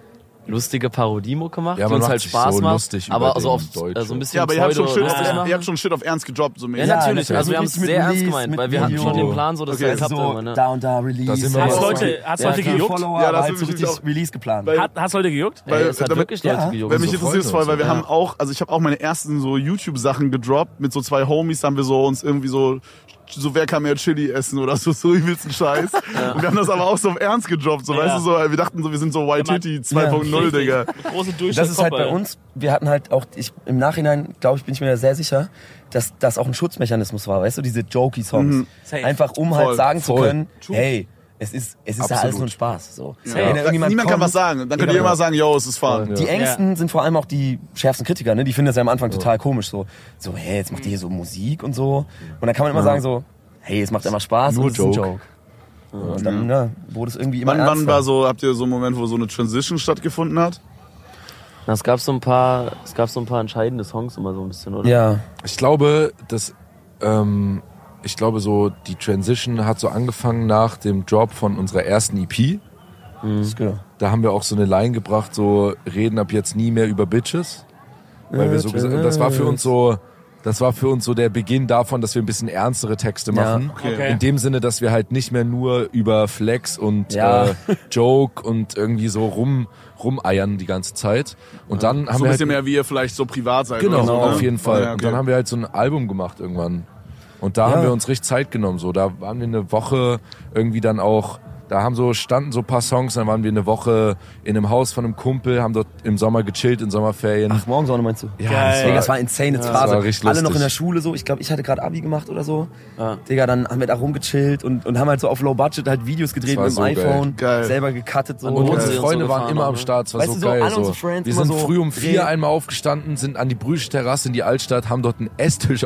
D: lustige Parodiemucke macht,
E: Ja,
D: die
E: man
D: uns
E: macht
D: halt
E: sich
D: Spaß
E: so
D: macht,
E: lustig
D: aber
E: über
D: so, auf,
E: den Deutschen.
D: äh, so ein bisschen
A: Ja, aber ihr habt schon Shit,
D: pseudo-lustig
A: auf,
D: machen.
A: ihr habt schon Shit auf ernst gedroppt, so
D: Ja,
A: mäßig.
C: Ja,
D: natürlich,
C: natürlich.
D: also wir haben
C: Mit
D: es sehr ernst
C: Release,
D: gemeint,
C: mit
D: weil wir hatten schon
C: Video.
D: den Plan so, dass
A: Okay,
D: es klappt
C: so
D: immer, ne?
C: da und da Release.
E: Da sind wir
B: Hat's
E: aber auch-
B: Leute, hat's
D: Ja,
B: Leute
D: klar.
B: gejuckt?
C: Follower,
A: Ja,
C: aber
A: das
C: halt so
A: würde ich
C: richtig
A: auch-
C: Release geplant.
A: Weil-
B: Hat, hat's Leute gejuckt?
A: Weil,
D: Ey, es hat
A: damit-
D: wirklich Leute
C: ja.
D: gejubelt.
A: Weil mich
E: so
A: interessiert es
E: Freunde
A: voll,
E: und
A: weil
E: so,
A: wir haben
E: ja.
A: auch, also ich habe auch meine ersten so YouTube-Sachen gedroppt mit so zwei Homies, da haben wir so uns irgendwie so, so wer kann mehr Chili essen oder so, so übelsten Scheiß. Und wir haben das aber auch so auf ernst gedroppt, so
B: Ja.
A: weißt du, so, wir dachten so, wir sind so White
B: Ja, Mann.
A: Titty 2.0, Digga.
B: Große Durchschnitt.
C: das ist halt bei uns, wir hatten halt auch, ich, im Nachhinein, glaube ich, bin ich mir da sehr sicher, dass das auch ein Schutzmechanismus war, weißt du, diese Jokey-Songs.
B: Safe.
C: Einfach um
A: Voll.
C: halt sagen
E: Voll.
C: zu können, hey, es ist, es ist ja alles
E: Absolut.
C: nur ein Spaß. So.
A: Ja.
C: Wenn da irgendjemand
A: Niemand kann
C: kommt-
A: was sagen. Dann könnt ihr
C: Genau.
A: immer sagen, yo, es ist fun.
E: Ja.
C: Die
B: Ja.
C: Ängsten sind vor allem auch die schärfsten Kritiker, ne? Die finden das ja am Anfang total komisch. So, so, hey, jetzt macht ihr hier so Musik und so. Und dann kann man immer sagen so, hey, es macht einfach Spaß
E: Nur
C: und es ist ein
E: Joke. Mhm.
C: Joke. Und dann ne, wurde es irgendwie immer
A: Wann, wann
C: ernster.
A: war so, habt ihr so einen Moment, wo so eine Transition stattgefunden hat?
D: Na, es gab so ein paar, es gab so ein paar entscheidende Songs immer so ein bisschen, oder?
C: Ja,
E: Ich glaube, dass ähm, ich glaube so die Transition hat so angefangen nach dem Drop von unserer ersten EP. Mhm.
C: das ist genau.
E: Da haben wir auch so eine Line gebracht, so reden ab jetzt nie mehr über Bitches, weil wir so gesagt, das war für uns so das war für uns so der Beginn davon, dass wir ein bisschen ernstere Texte
C: Ja.
E: machen.
B: Okay.
E: In dem Sinne, dass wir halt nicht mehr nur über Flex und
C: Ja.
E: äh, Joke und irgendwie so rum rumeiern die ganze Zeit. Und
A: So
E: dann haben wir
A: ein
E: halt,
A: bisschen mehr, wie ihr vielleicht so privat seid.
E: Genau,
A: oder so, ne?
E: auf jeden Fall.
A: Ja,
E: Und
A: okay.
E: dann haben wir halt so ein Album gemacht irgendwann. Und da
C: Ja.
E: haben wir uns richtig Zeit genommen. So, da waren wir eine Woche irgendwie dann auch. Da haben so standen so ein paar Songs, dann waren wir eine Woche in einem Haus von einem Kumpel, haben dort im Sommer gechillt in Sommerferien.
C: Ach, Morgensonne meinst du?
B: Geil.
E: ja,
C: Digga,
E: das
C: das
E: war,
C: war insane jetzt
E: Ja, das
C: Phase.
E: war richtig
C: Alle noch
E: lustig.
C: in der Schule so. Ich glaube, ich hatte gerade Abi gemacht oder so.
D: Ja.
C: Digga, dann haben wir da rumgechillt und, und haben halt so auf Low Budget halt Videos gedreht
E: war
C: mit dem
E: so geil.
C: iPhone,
A: Geil.
C: selber gecuttet so.
D: Und
E: und
D: uns
E: unsere
D: so
E: Äh, Freunde waren
D: gefahren
E: immer
D: auch,
E: am
D: ne?
E: Start. Es war
C: Weißt
E: so
C: du, so
E: geil.
C: alle unsere
E: so.
C: Friends
E: Wir
C: immer
E: sind
C: so
E: früh um vier
C: drehen.
E: einmal aufgestanden, sind an die Brüschterrasse in die Altstadt, haben dort einen Esstisch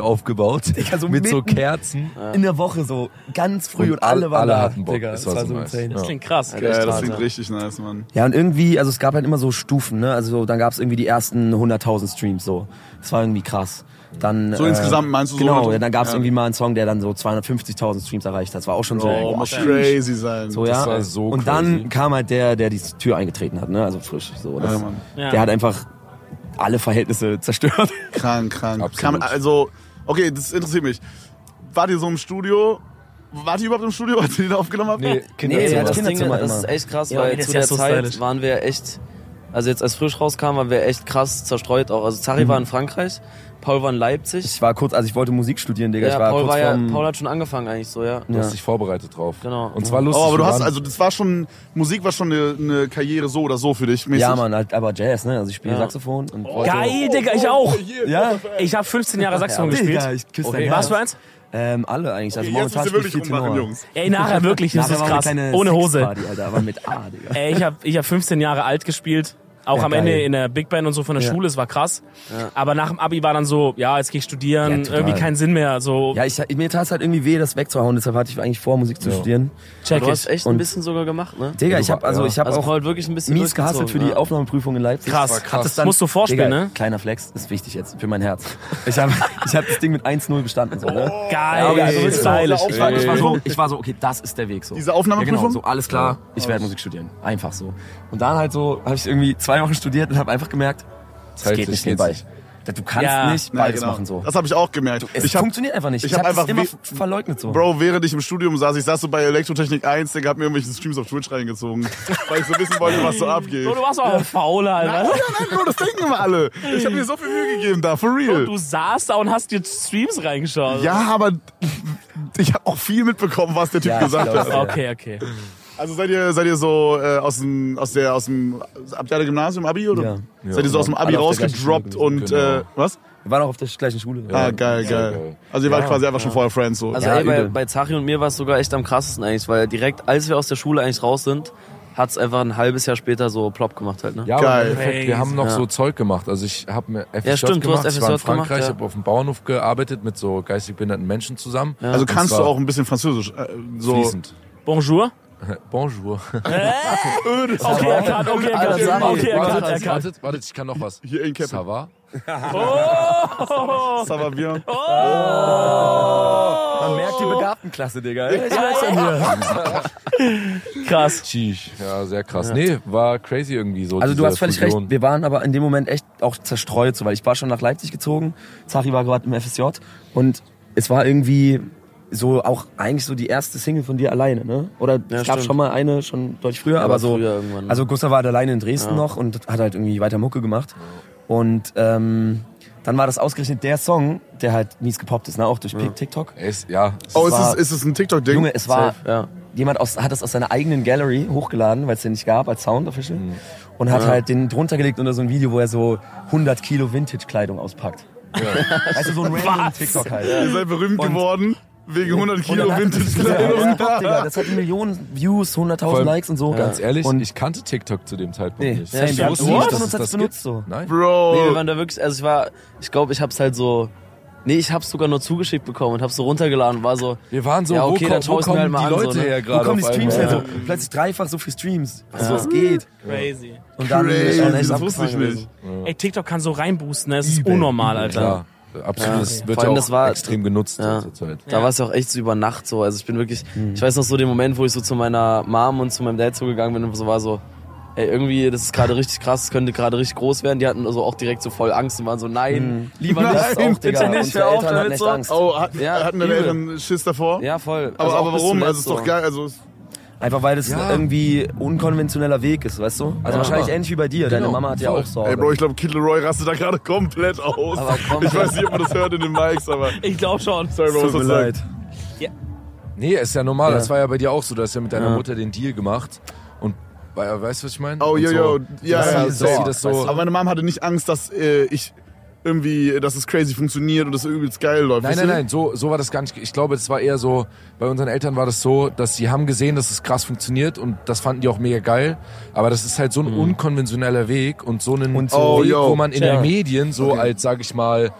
E: aufgebaut
C: Digga, so
E: mit so
C: mitten-
E: Kerzen.
C: In der Woche so, ganz früh und, alle waren
E: alle
C: da.
E: hatten Bock.
C: Digga,
E: Es war so nice.
B: Das klingt krass.
A: Ja,
D: Echt
A: das
D: hart,
A: klingt
D: ja.
A: richtig nice, Mann.
C: Ja, und irgendwie, also es gab halt immer so Stufen, ne? Also dann gab es irgendwie die ersten 100.000 Streams, so. Das war irgendwie krass. Dann,
A: So insgesamt meinst du so
C: Genau,
A: 100.000?
C: ja, dann gab es
A: Ja.
C: irgendwie mal einen Song, der dann so 250.000 Streams erreicht hat. Das war auch schon so.
A: Bro,
C: boah,
A: muss crazy sein.
C: so, ja.
E: war so
C: Und
E: crazy.
C: dann kam halt der, der die Tür eingetreten hat, ne? Also frisch. So, das,
A: Ja, Mann.
B: Ja.
C: Der hat einfach alle Verhältnisse zerstört.
A: Krank, krank.
E: Absolut.
A: Kann man, also, okay, das interessiert mich. Wart ihr so im Studio? Wart ihr überhaupt im Studio, als ihr den aufgenommen habt?
E: Nee,
C: Nee,
E: Kinderzimmer.
C: ja,
D: also das,
C: das
D: Ding,
C: Kinderzimmer
D: das
C: immer.
D: ist echt krass,
B: Ja,
D: weil
B: das ist
D: zu
B: ja
D: der
B: so
D: Zeit
B: stylisch.
D: waren wir echt, also jetzt als frisch rauskam, waren wir echt krass zerstreut auch. Also Zari war in Frankreich, Paul war in Leipzig.
C: Mhm. Ich war kurz, also ich wollte Musik studieren, Digga.
D: ja,
C: ich war
D: Paul,
C: kurz
D: war ja,
C: vorm,
D: Paul hat schon angefangen eigentlich so, ja.
E: Du
C: Ja.
E: hast dich vorbereitet drauf.
D: Genau.
E: Und zwar lustig.
A: Oh, aber du
E: wir
A: hast,
E: waren-
A: also das war schon, Musik war schon eine, eine Karriere so oder so für dich. Mäßig.
C: Ja, Mann, halt, aber Jazz, ne? Also ich spiele
D: Ja.
C: Saxophon und wollte-
B: Geil, Digga, ich auch.
C: Ja,
B: Ich habe 15 Jahre Saxophon
C: oh, Digga,
B: gespielt.
C: ich küsse dein
B: okay. Was
C: Herz.
B: für eins?
C: ähm, alle eigentlich. Also
A: Okay, jetzt
C: momentan
A: müsst ihr
C: spiele
A: wirklich
C: ich viel
A: rummachen,
C: Tenor.
A: Jungs.
B: Ey, nachher wirklich, das
C: Ja,
B: ist
C: aber war
B: krass.
C: eine kleine
B: Ohne Hose.
C: Sexparty, Alter, aber mit A, Digga.
B: Ey, ich habe ich hab 15 Jahre alt gespielt. Auch
C: Ja,
B: am
C: geil.
B: Ende in der Big Band und so von der
C: Ja.
B: Schule, es war krass. Aber nach dem Abi war dann so, ja, jetzt gehe ich
C: Ja,
B: studieren,
C: total.
B: irgendwie keinen Sinn mehr, so
C: Ja, ich, mir tat es halt irgendwie weh, das wegzuhauen, deshalb hatte ich eigentlich vor, Musik zu studieren.
B: check
D: Du hast
B: ich.
D: echt ein
C: Und-
D: bisschen sogar gemacht, ne?
C: Digga, ich habe also,
E: Ja.
C: ich habe
D: Also
C: auch
D: Paul hat wirklich ein bisschen
C: mies gehasselt für
D: durchgezogen, ne?
C: die
D: ja.
C: Aufnahmeprüfung in Leipzig.
B: Krass.
E: war krass.
C: Hat es dann,
B: Musst du vorspielen,
C: Digga,
B: ne?
C: Kleiner Flex, ist wichtig jetzt, für mein Herz. Ich habe ich hab das Ding mit 1-0 bestanden. So, ne?
A: Oh.
B: Geil,
C: also wirklich so,
B: stylisch.
A: auf-
C: ich, war, ich, war so, ich war so, okay, das ist der Weg. So.
A: Diese Aufnahmeprüfung?
C: Ja, genau, so, alles klar, ich werde Musik studieren. Einfach so. Und dann halt so, habe ich irgendwie zwei Wochen studiert und habe einfach gemerkt, das
E: Zeitlich
C: geht nicht
E: geht's
C: nebenbei.
E: nicht.
C: Du kannst
B: Ja.
C: nicht
A: Ja,
C: beides
A: genau.
C: machen so.
A: Das habe ich auch gemerkt.
C: Es
A: ich hab,
C: funktioniert einfach nicht.
A: ich
C: Ich,
A: hab
C: habe hab das
A: einfach
C: immer
A: wie-
C: verleugnet so.
A: Bro, während ich im Studium saß, ich saß so bei Elektrotechnik 1, Digga, hab mir irgendwelche Streams auf Twitch reingezogen, weil ich so wissen wollte, was so abgeht.
B: Bro, du warst auch ein Fauler,
A: Nein,
B: Alter.
A: nein, nein, Bro, das denken immer alle. Ich habe mir so viel Mühe gegeben da, for real.
B: Du saßt da und hast dir Streams reingeschaut.
A: Ja, aber ich habe auch viel mitbekommen, was der Typ
C: Ja, ich
A: gesagt
C: glaub's.
A: hat.
B: Okay, okay.
A: Also seid ihr, seid ihr so äh, aus dem, aus der, aus dem Abteil Gymnasium, Abi oder?
C: Ja.
A: Seid ihr so aus dem Abi
C: Alle auf der gleichen
A: rausgedroppt
C: Schule
A: und
E: gewesen, genau.
A: äh, was?
C: Wir waren auch auf der gleichen Schule.
A: Ah, geil,
E: sehr
A: geil.
E: geil.
A: Also ihr wart quasi einfach schon vorher Friends so.
D: Also
C: Ja,
D: ey, bei,
C: übel.
D: bei Zachi und mir war es sogar echt am krassesten eigentlich, weil direkt als wir aus der Schule eigentlich raus sind, hat es einfach ein halbes Jahr später so plopp gemacht halt, ne?
E: Ja,
A: Geil.
E: aber im Endeffekt, wir haben noch
D: Ja.
E: so Zeug gemacht. Also ich habe mir FSJ
D: stimmt, du hast
E: gemacht, ich war in
D: FSJ gemacht,
E: Frankreich,
D: ja.
E: habe auf dem Bauernhof gearbeitet mit so geistig behinderten Menschen zusammen.
A: also kannst du
E: zwar-
A: auch ein bisschen Französisch. Äh, so.
E: Fließend.
B: Bonjour.
E: Bonjour.
B: Okay, erkannt, okay, erkannt.
C: Alter, sag
B: Okay, erkannt,
C: ich.
E: wartet,
B: erkannt.
E: wartet, wartet, ich kann noch was.
A: Hier in Cap.
E: Ça va?
B: Oh!
A: Ça va bien.
C: Man merkt die Begabtenklasse, Digga.
B: Krass.
E: Tschüss. Ja, sehr krass. Nee, war crazy irgendwie so.
C: Also du
E: diese
C: hast völlig
E: Fusion.
C: recht, wir waren aber in dem Moment echt auch zerstreut, so, weil ich war schon nach Leipzig gezogen, Zari war gerade im FSJ und es war irgendwie so auch eigentlich so die erste Single von dir alleine, ne? Oder
D: Ja,
C: es gab
D: stimmt.
C: schon mal eine, schon deutlich früher, aber
D: aber
C: so.
D: früher irgendwann, ne?
C: Also Gustav war halt alleine in Dresden noch und hat halt irgendwie weiter Mucke gemacht. Und ähm, dann war das ausgerechnet der Song, der halt mies gepoppt ist, ne? Auch durch TikTok.
E: Es, ja, es
A: Oh, ist
C: war-
A: es, ist es ein TikTok-Ding?
C: Junge, es war
D: Safe, ja.
C: jemand aus, hat das aus seiner eigenen Gallery hochgeladen, weil es den nicht gab als Sound Official und hat halt den drunter gelegt unter so ein Video, wo er so 100 Kilo Vintage Kleidung auspackt. Weißt du, so ein random TikTok halt.
A: Ihr seid berühmt
C: Und-
A: geworden wegen 100
C: Und dann
A: Kilo
C: hat-
A: Vintage-Kleidung.
C: Ja, Digga, Das hat Millionen Views, 100.000
E: Vor allem-
C: Likes und so.
E: Ganz ehrlich,
C: und
E: ich kannte TikTok zu dem Zeitpunkt
C: nee,
E: nicht.
C: same.
E: ich
C: Wir
E: wusste
C: haben niemand
E: nicht, dass
C: von uns
E: es
C: hat
E: das
C: es benutzt so.
E: gibt. Nein.
D: Nee, wir
A: Bro.
D: waren da wirklich, also ich war, ich glaube, ich hab's halt so, nee, ich hab's sogar nur zugeschickt bekommen und hab's so runtergeladen, war so,
E: Wir waren so,
D: Ja, okay,
E: wo,
D: dann
E: ko-
D: schau
E: wo
D: ich's mir
E: kommen
D: halt
E: die
D: mal an,
E: Leute
D: so, ne?
E: her
C: wo
E: gerade
C: kommen die
E: auf
C: Streams her?
E: einmal?
C: So, plötzlich dreifach so viel Streams. Was was geht?
B: Crazy.
C: Und dann
A: Crazy,
C: schon
A: das
C: echt
A: wusste ich
C: abgefahren
A: nicht.
B: Ey, TikTok kann so reinboosten, ne? Das ist unnormal, Alter.
E: Klar, absolut. Es
D: Vor
E: wird ja
D: allem,
E: auch
D: das war-
E: extrem genutzt
D: Ja.
E: zur Zeit.
D: Da war es ja auch echt so über Nacht so. Also ich bin wirklich,
A: Mhm.
D: ich weiß noch so den Moment, wo ich so zu meiner Mom und zu meinem Dad zugegangen bin und so war so, ey, irgendwie, das ist gerade richtig krass, das könnte gerade richtig groß werden. Die hatten also auch direkt so voll Angst und waren so, nein, lieber
A: Nein,
D: nicht.
C: Das ist auch, Digga.
D: bitte nicht,
C: Unsere
D: hör auf
C: Eltern hatten
D: damit
C: echt
D: so.
C: Angst.
A: Oh, hat,
D: Ja,
A: hatten deine
D: übel.
A: Eltern Schiss davor?
D: Ja, voll.
A: Aber,
D: Also auch
A: aber
D: bis
A: warum?
D: zuletzt
A: Also ist doch
D: so.
A: geil. Also ist-
C: Einfach weil es
E: Ja.
C: irgendwie unkonventioneller Weg ist, weißt du? Also wahrscheinlich ähnlich wie bei dir. Deine
E: Genau.
C: Mama hat ja
E: Voll.
C: auch Sorge.
A: Ey, Bro, ich glaube, Kid Leroy rastet da gerade komplett aus.
D: Aber komm,
A: ich weiß nicht, ob man das hört in den Mics, aber.
B: Ich glaube schon.
A: Sorry, Bro, was das sagt.
E: Nee, ist ja normal. Das war ja bei dir auch so. Du hast ja mit deiner Mutter den Deal gemacht. Und bei- weißt du, was ich meine?
A: Oh,
E: Und
A: yo,
E: so,
A: yo. Ja,
E: dass
A: ja,
E: sie- dass
A: safe.
E: sie das so.
A: Aber meine Mom hatte nicht Angst, dass äh, ich irgendwie, äh, dass es crazy funktioniert und dass es übelst geil läuft.
E: Nein,
A: weißt
E: nein,
A: du?
E: nein, so, so war das gar nicht. Ich glaube, es war eher so, bei unseren Eltern war das so, dass sie haben gesehen, dass es krass funktioniert und das fanden die auch mega geil. Aber das ist halt so ein unkonventioneller Weg und so ein
C: Und
A: so-
E: Weg,
A: yo.
E: wo man in
B: Ja.
E: den Medien so als, sag ich mal,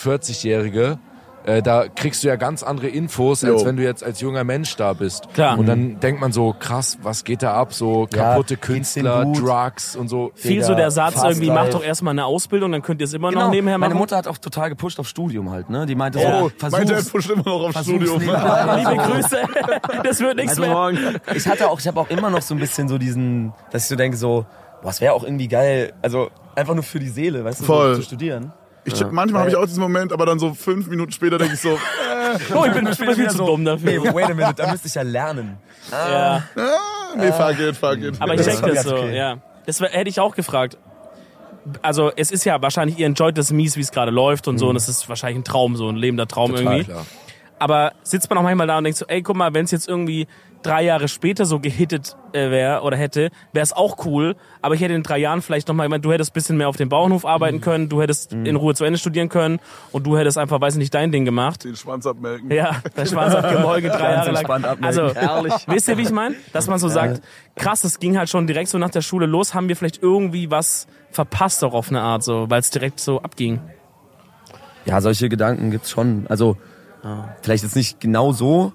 E: 45-Jährige, äh, da kriegst du ja ganz andere Infos, als
A: Yo.
E: wenn du jetzt als junger Mensch da bist.
B: Klar.
E: Und dann denkt man so, krass, was geht da ab? So
C: Ja,
E: kaputte
C: geht's
E: Künstler,
C: denen gut?
E: Drugs und so.
B: Viel so der Satz
C: Fast
B: irgendwie,
C: life.
B: macht doch erstmal eine Ausbildung, dann könnt ihr es immer
C: Genau.
B: noch nebenher machen.
C: Meine Mutter hat auch total gepusht auf Studium halt, ne? Die meinte
A: Oh,
C: so,
A: mein Dad
C: versuch's.
A: pusht immer noch aufs
C: versuch's
A: Studium.
C: nebenbei.
B: Liebe Grüße. Das wird nichts
C: Also,
B: mehr.
C: ich hatte auch, ich habe auch immer noch so ein bisschen so diesen, dass ich so denke so, boah, es wäre auch irgendwie geil, also einfach nur für die Seele, weißt du,
A: Voll.
C: so, zu studieren.
A: Ich, Manchmal habe ich auch diesen Moment, aber dann so fünf Minuten später denke ich so,
B: Oh, ich bin, ich bin viel
C: wieder
B: zu
C: so,
B: dumm dafür.
C: Nee, wait a minute, da müsste ich ja lernen.
B: Ja.
A: nee, fuck it, fuck it.
B: Aber ich
C: Das
B: check
C: war
B: das
C: ganz
B: so,
C: okay.
B: ja. Das wär- hätte ich auch gefragt. Also es ist ja wahrscheinlich, ihr enjoyt das mies, wie es gerade läuft
C: Mhm.
B: und so. Und es ist wahrscheinlich ein Traum, so ein lebender Traum irgendwie.
E: klar.
B: Aber sitzt man auch manchmal da und denkt so, ey, guck mal, wenn es jetzt irgendwie drei Jahre später so gehittet äh, wäre oder hätte, wäre es auch cool. Aber ich hätte in drei Jahren vielleicht nochmal, ich meine, du hättest bisschen mehr auf dem Bauernhof arbeiten können, du hättest in Ruhe zu Ende studieren können und du hättest einfach, weiß nicht, dein Ding gemacht.
A: Den Schwanz abmelken.
B: Ja, der Schwanz hat gemolken drei Jahre
C: entspannt
B: lang.
C: abmelken.
B: Also, wisst ihr, wie ich meine? Dass man so sagt, krass, es ging halt schon direkt so nach der Schule los, haben wir vielleicht irgendwie was verpasst auch auf eine Art, so, weil es direkt so abging.
C: Ja, solche Gedanken gibt's schon. Also vielleicht jetzt nicht genau so,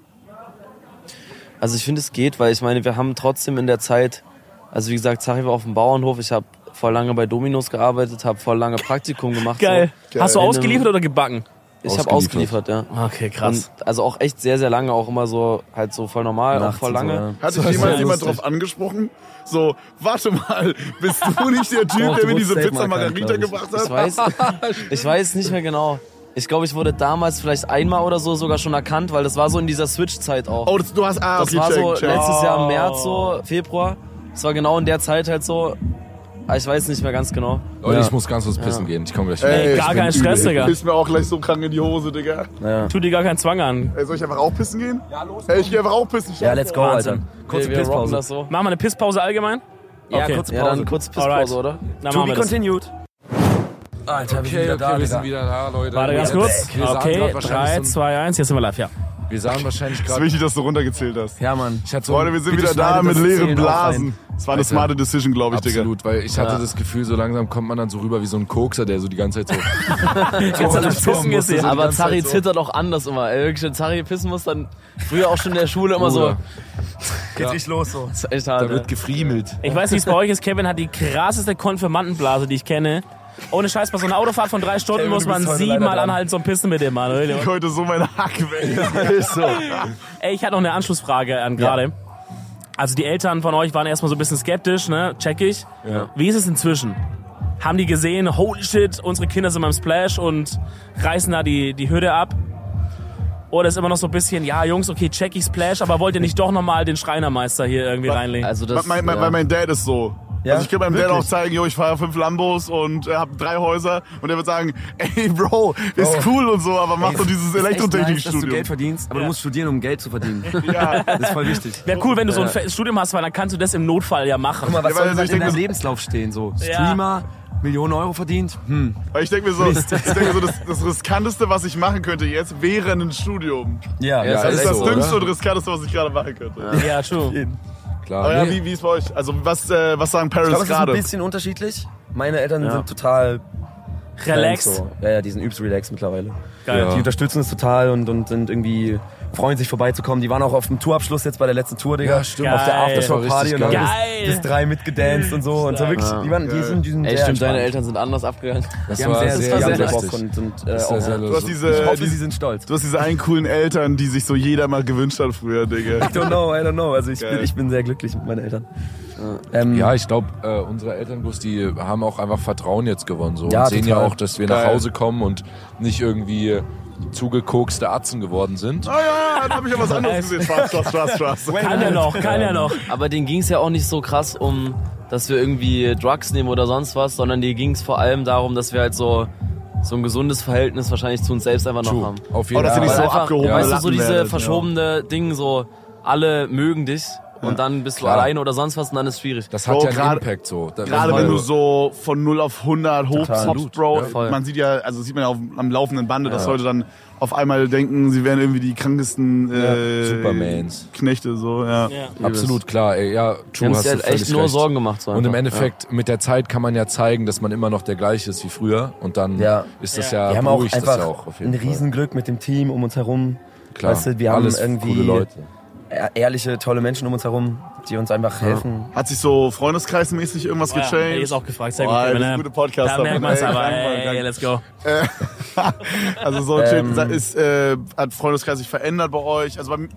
D: Also ich finde, es geht, weil ich meine, wir haben trotzdem in der Zeit, also wie gesagt, Zachi war auf dem Bauernhof, ich habe voll lange bei Dominos gearbeitet, habe voll lange Praktikum gemacht.
B: Geil.
D: So.
B: Hast du
D: Geil.
B: ausgeliefert oder gebacken?
D: ich habe ausgeliefert, ja.
B: Okay, krass.
D: Und also auch echt sehr, sehr lange, auch immer so, halt so voll normal, auch
C: Nachts
D: voll
C: und so,
D: lange.
C: ja.
A: Hat dich
D: Das ist
A: jemals
D: ja
A: jemand
D: lustig.
A: drauf angesprochen? So, warte mal, bist du nicht der Typ,
C: Doch,
A: der
C: du
A: mir diese
C: wurdest safe
A: Pizza
C: mal erkannt,
A: Margarita
C: glaub ich.
A: gebracht
D: Ich
A: hat?
D: weiß, ich weiß nicht mehr genau. Ich glaube, ich wurde damals vielleicht einmal oder so sogar schon erkannt, weil das war so in dieser Switch-Zeit auch.
A: Oh, das, du hast, ah,
D: das
A: okay,
D: war
A: check,
D: so
A: check.
D: letztes Jahr im März, so Februar. Das war genau in der Zeit halt so. Aber Ich weiß nicht mehr ganz genau.
E: Leute,
C: Ja.
E: ich muss ganz kurz pissen gehen. Ich komme gleich wieder.
A: Ey,
B: gar
A: ich bin
B: kein
A: übel.
B: Stress, Digga.
A: Pisst mir auch gleich so krank in die Hose, Digga.
C: Ja.
B: Tu dir gar keinen Zwang an.
A: Ey, soll ich einfach auch pissen gehen? Ja, los. Ey, ich geh einfach auch pissen.
C: ja, let's go,
B: Wahnsinn.
C: Alter. Kurze
D: wir, wir rocken
C: Pisspause.
D: das so.
B: Machen wir eine Pisspause allgemein?
C: Ja,
B: Okay.
C: kurze
D: Ja,
C: Pause.
D: dann kurz
B: Alright.
D: Pisspause, oder?
B: Dann
C: To
B: machen wir
C: be
B: das.
C: continued. Alter, wir sind
E: Okay,
C: wieder
E: okay,
C: da,
E: wir sind
C: Digga.
E: wieder da, Leute.
B: Warte ganz
E: Wir-
B: kurz.
E: Wir sahen
B: Okay,
E: grad
B: 3,
E: wahrscheinlich so
B: 2, 1, jetzt sind wir live, ja.
E: ein- wir sahen wahrscheinlich
A: Es ist
E: gerade...
A: wichtig, dass du runtergezählt hast.
C: Ja, Mann.
E: Ich hatte so ein-
A: Freunde, wir sind
C: Bitte
A: wieder da
C: schneidet
A: mit
C: das
A: leeren
C: Zählen auch
A: Blasen. Das war eine
E: Alter.
A: smarte Decision, glaube ich, Digga.
E: Absolut, weil ich hatte das Gefühl, so langsam kommt man dann so rüber wie so ein Kokser, der so die ganze Zeit so...
B: Jetzt hat er Pissen gesehen.
E: so die
D: Aber
E: ganze
D: Zari
E: Zeit so.
D: zittert auch anders immer. Ey, wirklich, wenn Zari pissen muss, dann früher auch schon in der Schule immer so.
E: Bruder,
C: Geht nicht los so.
D: Das ist echt
E: Da
D: hart.
E: wird
D: ey.
E: gefriemelt.
B: Ich weiß, wie es bei euch ist. Kevin hat die krasseste Konfirmandenblase, die ich kenne. Ohne Scheiß, bei so einer Autofahrt von drei Stunden
C: Kevin,
B: muss
C: du bist
B: man
C: heute
B: siebenmal
C: leider dran.
B: anhalten zum Pissen mit dem Mann.
A: Ich
B: oder?
A: heute so meine Hack weg.
C: Ist so.
B: Ey, ich hatte noch eine Anschlussfrage an gerade. Also die Eltern von euch waren erstmal so ein bisschen skeptisch, ne? Check ich.
E: Ja.
B: Wie ist es inzwischen? Haben die gesehen, holy shit, unsere Kinder sind beim Splash und reißen da die, die Hürde ab? Oder ist immer noch so ein bisschen, ja Jungs, okay, check ich Splash, aber wollt ihr nicht doch nochmal den Schreinermeister hier irgendwie reinlegen?
D: Also das,
A: Mein, mein,
D: ja.
A: Weil mein Dad ist so.
C: Ja?
A: Also ich kann meinem Dad
C: Wirklich?
A: auch zeigen, yo, ich fahre fünf Lambos und äh, hab drei Häuser und er wird sagen, ey Bro, ist cool und so, aber mach doch dieses
C: Ist echt nice, dass du
A: Elektrotechnikstudium.
C: Geld verdienst, aber
B: Ja.
C: du musst studieren, um Geld zu verdienen.
A: ja.
C: Das ist voll wichtig.
B: Wäre cool, wenn du so ein fettes Studium hast, weil dann kannst du das im Notfall ja machen.
C: Guck mal, was
A: Ja, weil also
C: soll denn
A: ich
C: in
A: denk,
C: deinem
A: das-
C: Lebenslauf stehen? So,
B: Ja.
C: Streamer, Millionen Euro verdient. Hm.
A: Weil ich denke mir so, ich denk mir so das, das Riskanteste, was ich machen könnte jetzt, wäre ein Studium.
C: Ja,
E: Ja,
A: Das
E: Ist
A: ist das
E: so,
A: Dümmste
E: oder?
A: und Riskanteste, was ich gerade machen könnte.
B: Ja, true.
E: Klar.
A: Aber Oh ja,
E: Nee,
A: wie, wie ist bei euch? Also was, äh, was sagen
C: Ich
A: Parents
C: glaube, es ist ein
A: gerade?
C: bisschen unterschiedlich. Meine Eltern sind total
B: Relaxed.
C: So. Ja, ja, die sind übelst relaxed mittlerweile.
B: Geil.
C: Die unterstützen es total und, und sind irgendwie freuen sich vorbeizukommen. Die waren auch auf dem Tourabschluss jetzt bei der letzten Tour, Digga.
E: Ja, stimmt.
C: Auf der
B: Geil.
E: Das war richtig
C: Aftershow-Party und dann
E: geil.
B: Geil.
C: bis, bis drei mitgedanced und so. Und so wirklich, die, waren, die sind, die sind
D: Ey,
C: sehr
D: stimmt, deine
C: entspannt.
D: Eltern sind anders abgegangen.
E: Das
C: Die haben
E: war
C: sehr,
E: sehr,
C: die haben sehr
E: lustig.
C: Bock und, und äh,
E: Das war
C: auch,
E: sehr
A: Du hast
E: lustig.
A: diese,
C: ich hoffe,
A: diese,
C: sie sind stolz.
A: du hast diese einen coolen Eltern, die sich so jeder mal gewünscht hat früher, Digga.
C: I don't know, I don't know. Also ich,
A: Geil.
C: bin, ich bin sehr glücklich mit meinen Eltern. Ähm,
E: Ja, ich glaube, äh, unsere Elterngruß, die haben auch einfach Vertrauen jetzt gewonnen. So.
C: Ja,
E: und sehen
C: total.
E: ja auch, dass wir nach
A: Geil.
E: Hause kommen und nicht irgendwie zugekokste Atzen geworden sind.
A: Ah ja, dann hab ich ja was anderes gesehen. Spaß, Spaß, Spaß, Spaß.
B: Kann ja noch, kann ja noch.
D: Aber denen ging's ja auch nicht so krass um, dass wir irgendwie Drugs nehmen oder sonst was, sondern denen ging's vor allem darum, dass wir halt so, so ein gesundes Verhältnis wahrscheinlich zu uns selbst einfach noch
E: True.
D: haben.
E: Auf
A: Oh,
E: jeden
A: das sind
E: Fall.
A: die
D: Weil
A: so
D: einfach,
A: abgehoben,
D: weißt du,
A: Latten
D: so diese
E: genau.
A: werdet,
D: verschobene Ding, so alle mögen dich und dann bist du
E: Klar.
D: alleine oder sonst was und dann ist schwierig.
E: Das hat
A: Bro,
E: ja einen
A: gerade-
E: Impact so. Da-
A: Gerade
E: also,
A: wenn du so von 0 auf 100 hochpoppst,
E: Absolut.
A: Bro.
E: Ja,
D: voll.
A: man sieht ja, also sieht man ja auf, am laufenden Bande, dass Leute dann auf einmal denken, sie wären irgendwie die krankesten äh,
E: Supermans.
A: Knechte, so, ja.
B: Ja.
E: Absolut klar, ey. Ja,
D: wir
E: true,
D: haben
E: hast
D: uns
E: du
D: halt
E: völlig
D: echt nur
E: recht.
D: Sorgen gemacht. So
E: Und im
D: einfach.
E: Endeffekt, mit der Zeit kann man ja zeigen, dass man immer noch der gleiche ist wie früher. Und dann
C: Ja.
E: ist das
B: Ja.
E: ja,
C: Wir haben auch
E: beruhigt das
C: einfach
E: ja auch auf jeden
C: ein
E: Fall.
C: Riesenglück mit dem Team um uns herum.
E: Klar.
C: Weißt du, wir haben
E: Alles
C: irgendwie-
E: coole Leute.
C: Ä- Ehrliche, tolle Menschen um uns herum, die uns einfach helfen.
A: Hat sich so freundeskreismäßig irgendwas
B: Oh ja,
A: gechanged?
B: ey, ist auch gefragt. Sehr
A: Oh,
B: gut,
A: ey,
B: Kevin,
A: das ist
B: ne?
A: gute Podcaster,
B: Da merkt man es
A: Mann, ey,
B: aber.
A: danke,
B: Ey,
A: danke.
B: ey, let's go.
A: also so
C: Ähm.
A: shit, ist, äh, hat Freundeskreis sich verändert bei euch? Also bei mir-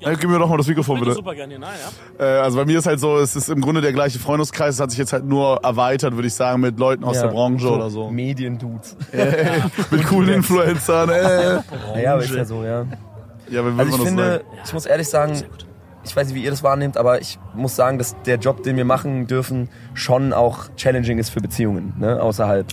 B: Ja.
A: Äh, Gib mir doch mal das Mikrofon, bitte.
B: super gerne. Nein, ja.
A: Äh, also bei mir ist halt so, es ist im Grunde der gleiche Freundeskreis, es hat sich jetzt halt nur erweitert, würde ich sagen, mit Leuten aus
C: Ja.
A: der Branche oder so.
C: Mediendudes.
A: Mit coolen Influencern, äh. Also ey.
C: Naja, aber ist Ah ja so, ja.
A: Ja, wenn
C: Also
A: man
C: ich
A: das
C: finde,
A: sagen.
C: ich muss ehrlich sagen, ich weiß nicht, wie ihr das wahrnehmt, aber ich muss sagen, dass der Job, den wir machen dürfen, schon auch challenging ist für Beziehungen, ne? Außerhalb.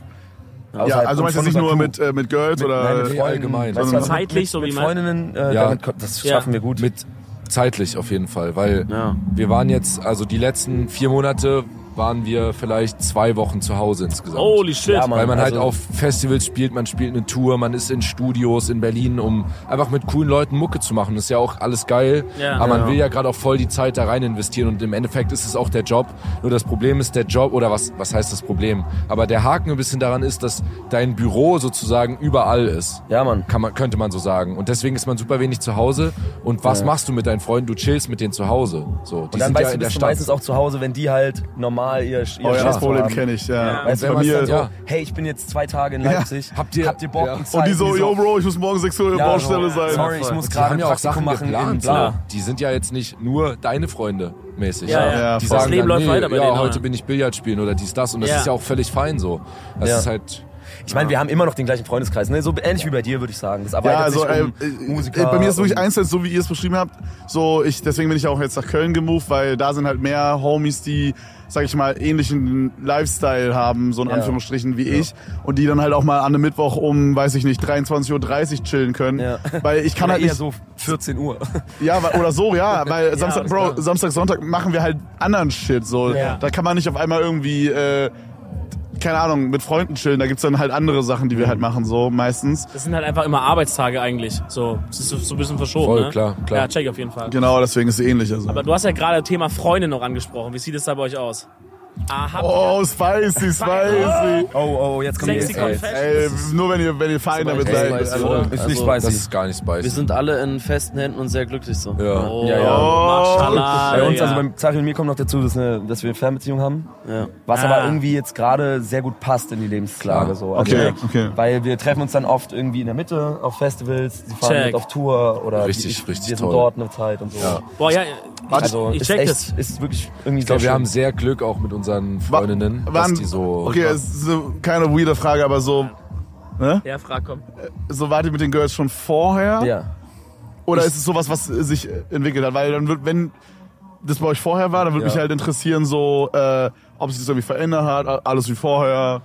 A: Ja,
C: Außerhalb
A: also
C: und
A: meinst du
C: von
A: jetzt nicht
C: unserer
A: nur
C: Crew.
A: mit, äh, Also mit Girls
C: mit,
A: oder...
C: nein, mit
E: Nee,
C: Freunden,
E: allgemein.
C: Weißt du, was,
B: Zeitlich,
C: mit,
B: so
C: mit
B: wie man-
C: Freundinnen, äh,
E: Ja.
C: damit, ko- das
B: Ja.
C: schaffen wir gut.
E: Mit zeitlich auf jeden Fall, weil
D: Ja.
E: wir waren jetzt, also die letzten vier Monate waren wir vielleicht zwei Wochen zu Hause insgesamt.
B: Holy shit.
C: Ja, Mann.
E: weil man halt
C: also-
E: auf Festivals spielt, man spielt eine Tour, man ist in Studios in Berlin, um einfach mit coolen Leuten Mucke zu machen. Das ist ja auch alles geil,
B: Ja.
E: aber
B: Ja.
E: man will ja gerade auch voll die Zeit da rein investieren und im Endeffekt ist es auch der Job. Nur das Problem ist der Job, oder was, was heißt das Problem? Aber der Haken ein bisschen daran ist, dass dein Büro sozusagen überall ist.
C: Ja, Mann.
E: Kann man, könnte man so sagen. Und deswegen ist man super wenig zu Hause. Und was machst du mit deinen Freunden? Du chillst mit denen zu Hause. So, die
C: Und dann
E: sind ja
C: weißt du,
E: in der
C: bist du
E: Stadt.
C: meistens auch zu Hause, wenn die halt normal ihr, ihr
A: Oh ja,
C: Stress
A: das
C: zu
A: Problem
C: haben.
A: kenne ich, ja.
C: Weißt du,
A: Bei
C: man ist
A: mir,
C: dann so,
E: ja.
C: hey, ich bin jetzt zwei Tage in Leipzig.
E: Habt ihr-
C: habt ihr Bock
E: ja.
C: und Zeit?
A: und die so,
C: Die
A: yo Bro, ich muss morgen 6 Uhr in der
C: Ja,
A: Baustelle
C: so,
A: sein.
C: Sorry, ich muss
E: Die
C: gerade
E: haben
C: ein
E: ja auch
C: Praktikum
E: Sachen
C: machen in
E: geplant. ne?
C: bla.
E: so. Die sind ja jetzt nicht nur deine Freunde mäßig.
B: Ja, ja.
A: Ja,
E: die
A: voll.
E: sagen
B: Das Leben
E: dann,
B: läuft
E: nee,
B: weiter bei
E: ja,
B: denen,
E: heute
B: oder?
E: bin ich Billard spielen oder dies, das. Und das
B: Ja.
E: ist ja auch völlig fein so. Das
C: Ja.
E: ist halt...
C: Ich meine, wir haben immer noch den gleichen Freundeskreis, ne? So ähnlich wie bei dir, würde ich sagen. Das
A: Ja,
C: erweitert
A: also
C: sich
A: äh,
C: um
A: äh,
C: Musiker.
A: bei mir ist wirklich
C: und-
A: eins, so wie ihr es beschrieben habt, so ich deswegen bin ich auch jetzt nach Köln gemoved, weil da sind halt mehr Homies, die sag ich mal ähnlichen Lifestyle haben, so in
C: Ja.
A: Anführungsstrichen wie ich und die dann halt auch mal an einem Mittwoch um, weiß ich nicht, 23:30 Uhr chillen können,
C: Ja.
A: weil ich kann
C: Oder
A: halt
C: eher
A: nicht
C: so 14 Uhr.
A: ja, weil- oder so, ja, weil Samstag,
C: das
A: Bro,
C: kann.
A: Samstag, Sonntag machen wir halt anderen Shit, so.
B: Ja.
A: Da kann man nicht auf einmal irgendwie, äh, keine Ahnung, mit Freunden chillen, da gibt's dann halt andere Sachen, die wir halt machen, so, meistens.
B: Das sind halt einfach immer Arbeitstage eigentlich. So, es ist so, so ein bisschen verschoben.
E: Voll,
B: ne?
E: klar, klar.
B: Ja, check auf jeden Fall.
A: Genau, deswegen ist es ähnlich, also.
B: Aber du hast ja gerade das Thema Freunde noch angesprochen. Wie sieht es da bei euch aus? Aha.
A: Oh, spicy, spicy.
C: Oh, oh, jetzt kommt
B: Sexy
C: die Ey,
B: Confession.
A: Ey, nur wenn ihr, wenn ihr fein damit
D: spicy,
A: seid.
D: spicy,
A: Also,
D: oder?
C: Ist nicht
D: Also,
E: Das
C: spicy.
E: ist gar nicht spicy.
D: Wir sind alle in festen Händen und sehr glücklich so.
E: ja.
B: Oh,
C: Ja, ja.
B: Mashallah,
A: Oh.
C: Bei uns,
B: Digga.
C: also beim Zari und mir kommt noch dazu, dass, eine, dass wir eine Fernbeziehung haben.
D: Ja.
C: Was
B: Ah.
C: aber irgendwie jetzt gerade sehr gut passt in die Lebenslage. So. Also,
A: Okay, okay.
C: Weil wir treffen uns dann oft irgendwie in der Mitte auf Festivals, sie fahren
B: Check.
C: mit auf Tour oder
E: Richtig,
C: die- ich,
E: richtig
C: wir sind
E: toll.
C: dort eine Zeit und so.
E: Ja.
B: Boah, ja, ich,
C: Also
B: ich
C: ist
B: check
C: echt,
B: das.
C: ist wirklich irgendwie
E: Ich glaube,
C: sehr
E: wir haben
C: schön.
E: sehr Glück auch mit unseren
A: wa-
E: Freundinnen,
A: wann-
E: dass die so...
A: Okay, es ist so keine weirde Frage, aber so,
B: Ja, frag, komm.
A: so wart ihr mit den Girls schon vorher?
C: Ja.
A: Oder ist es sowas, was äh, sich äh, entwickelt hat? Weil dann wird, wenn das bei euch vorher war, dann würde
E: Ja.
A: mich halt interessieren, so, äh, ob sich das irgendwie verändert hat, a- alles wie vorher.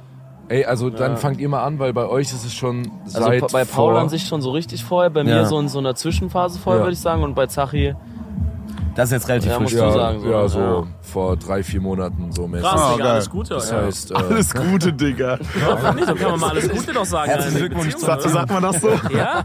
E: Ey, also dann fangt ihr mal an, weil bei euch ist es schon
D: Also
E: seit
D: pa- bei Paul
E: vor,
D: an sich schon so richtig vorher, bei
C: Ja.
D: mir so in so einer Zwischenphase vorher,
E: Ja.
D: würde ich sagen, und bei Zachi,
C: Das ist jetzt relativ
D: Ja,
C: frisch.
D: musst du
E: ja,
D: sagen, so,
E: ja, so
D: ja.
E: vor drei, vier Monaten so mäßig.
B: Krass,
A: Ah,
B: Digga,
A: geil.
B: alles Gute.
E: Das
B: ja.
E: heißt, äh,
A: Alles Gute, Digga.
B: Nee, so kann man mal alles Gute noch sagen.
C: Herzlichen
B: in einer
C: Glückwunsch
B: Beziehung,
A: Sa-
B: oder?
A: Sagt man das so?
B: Ja?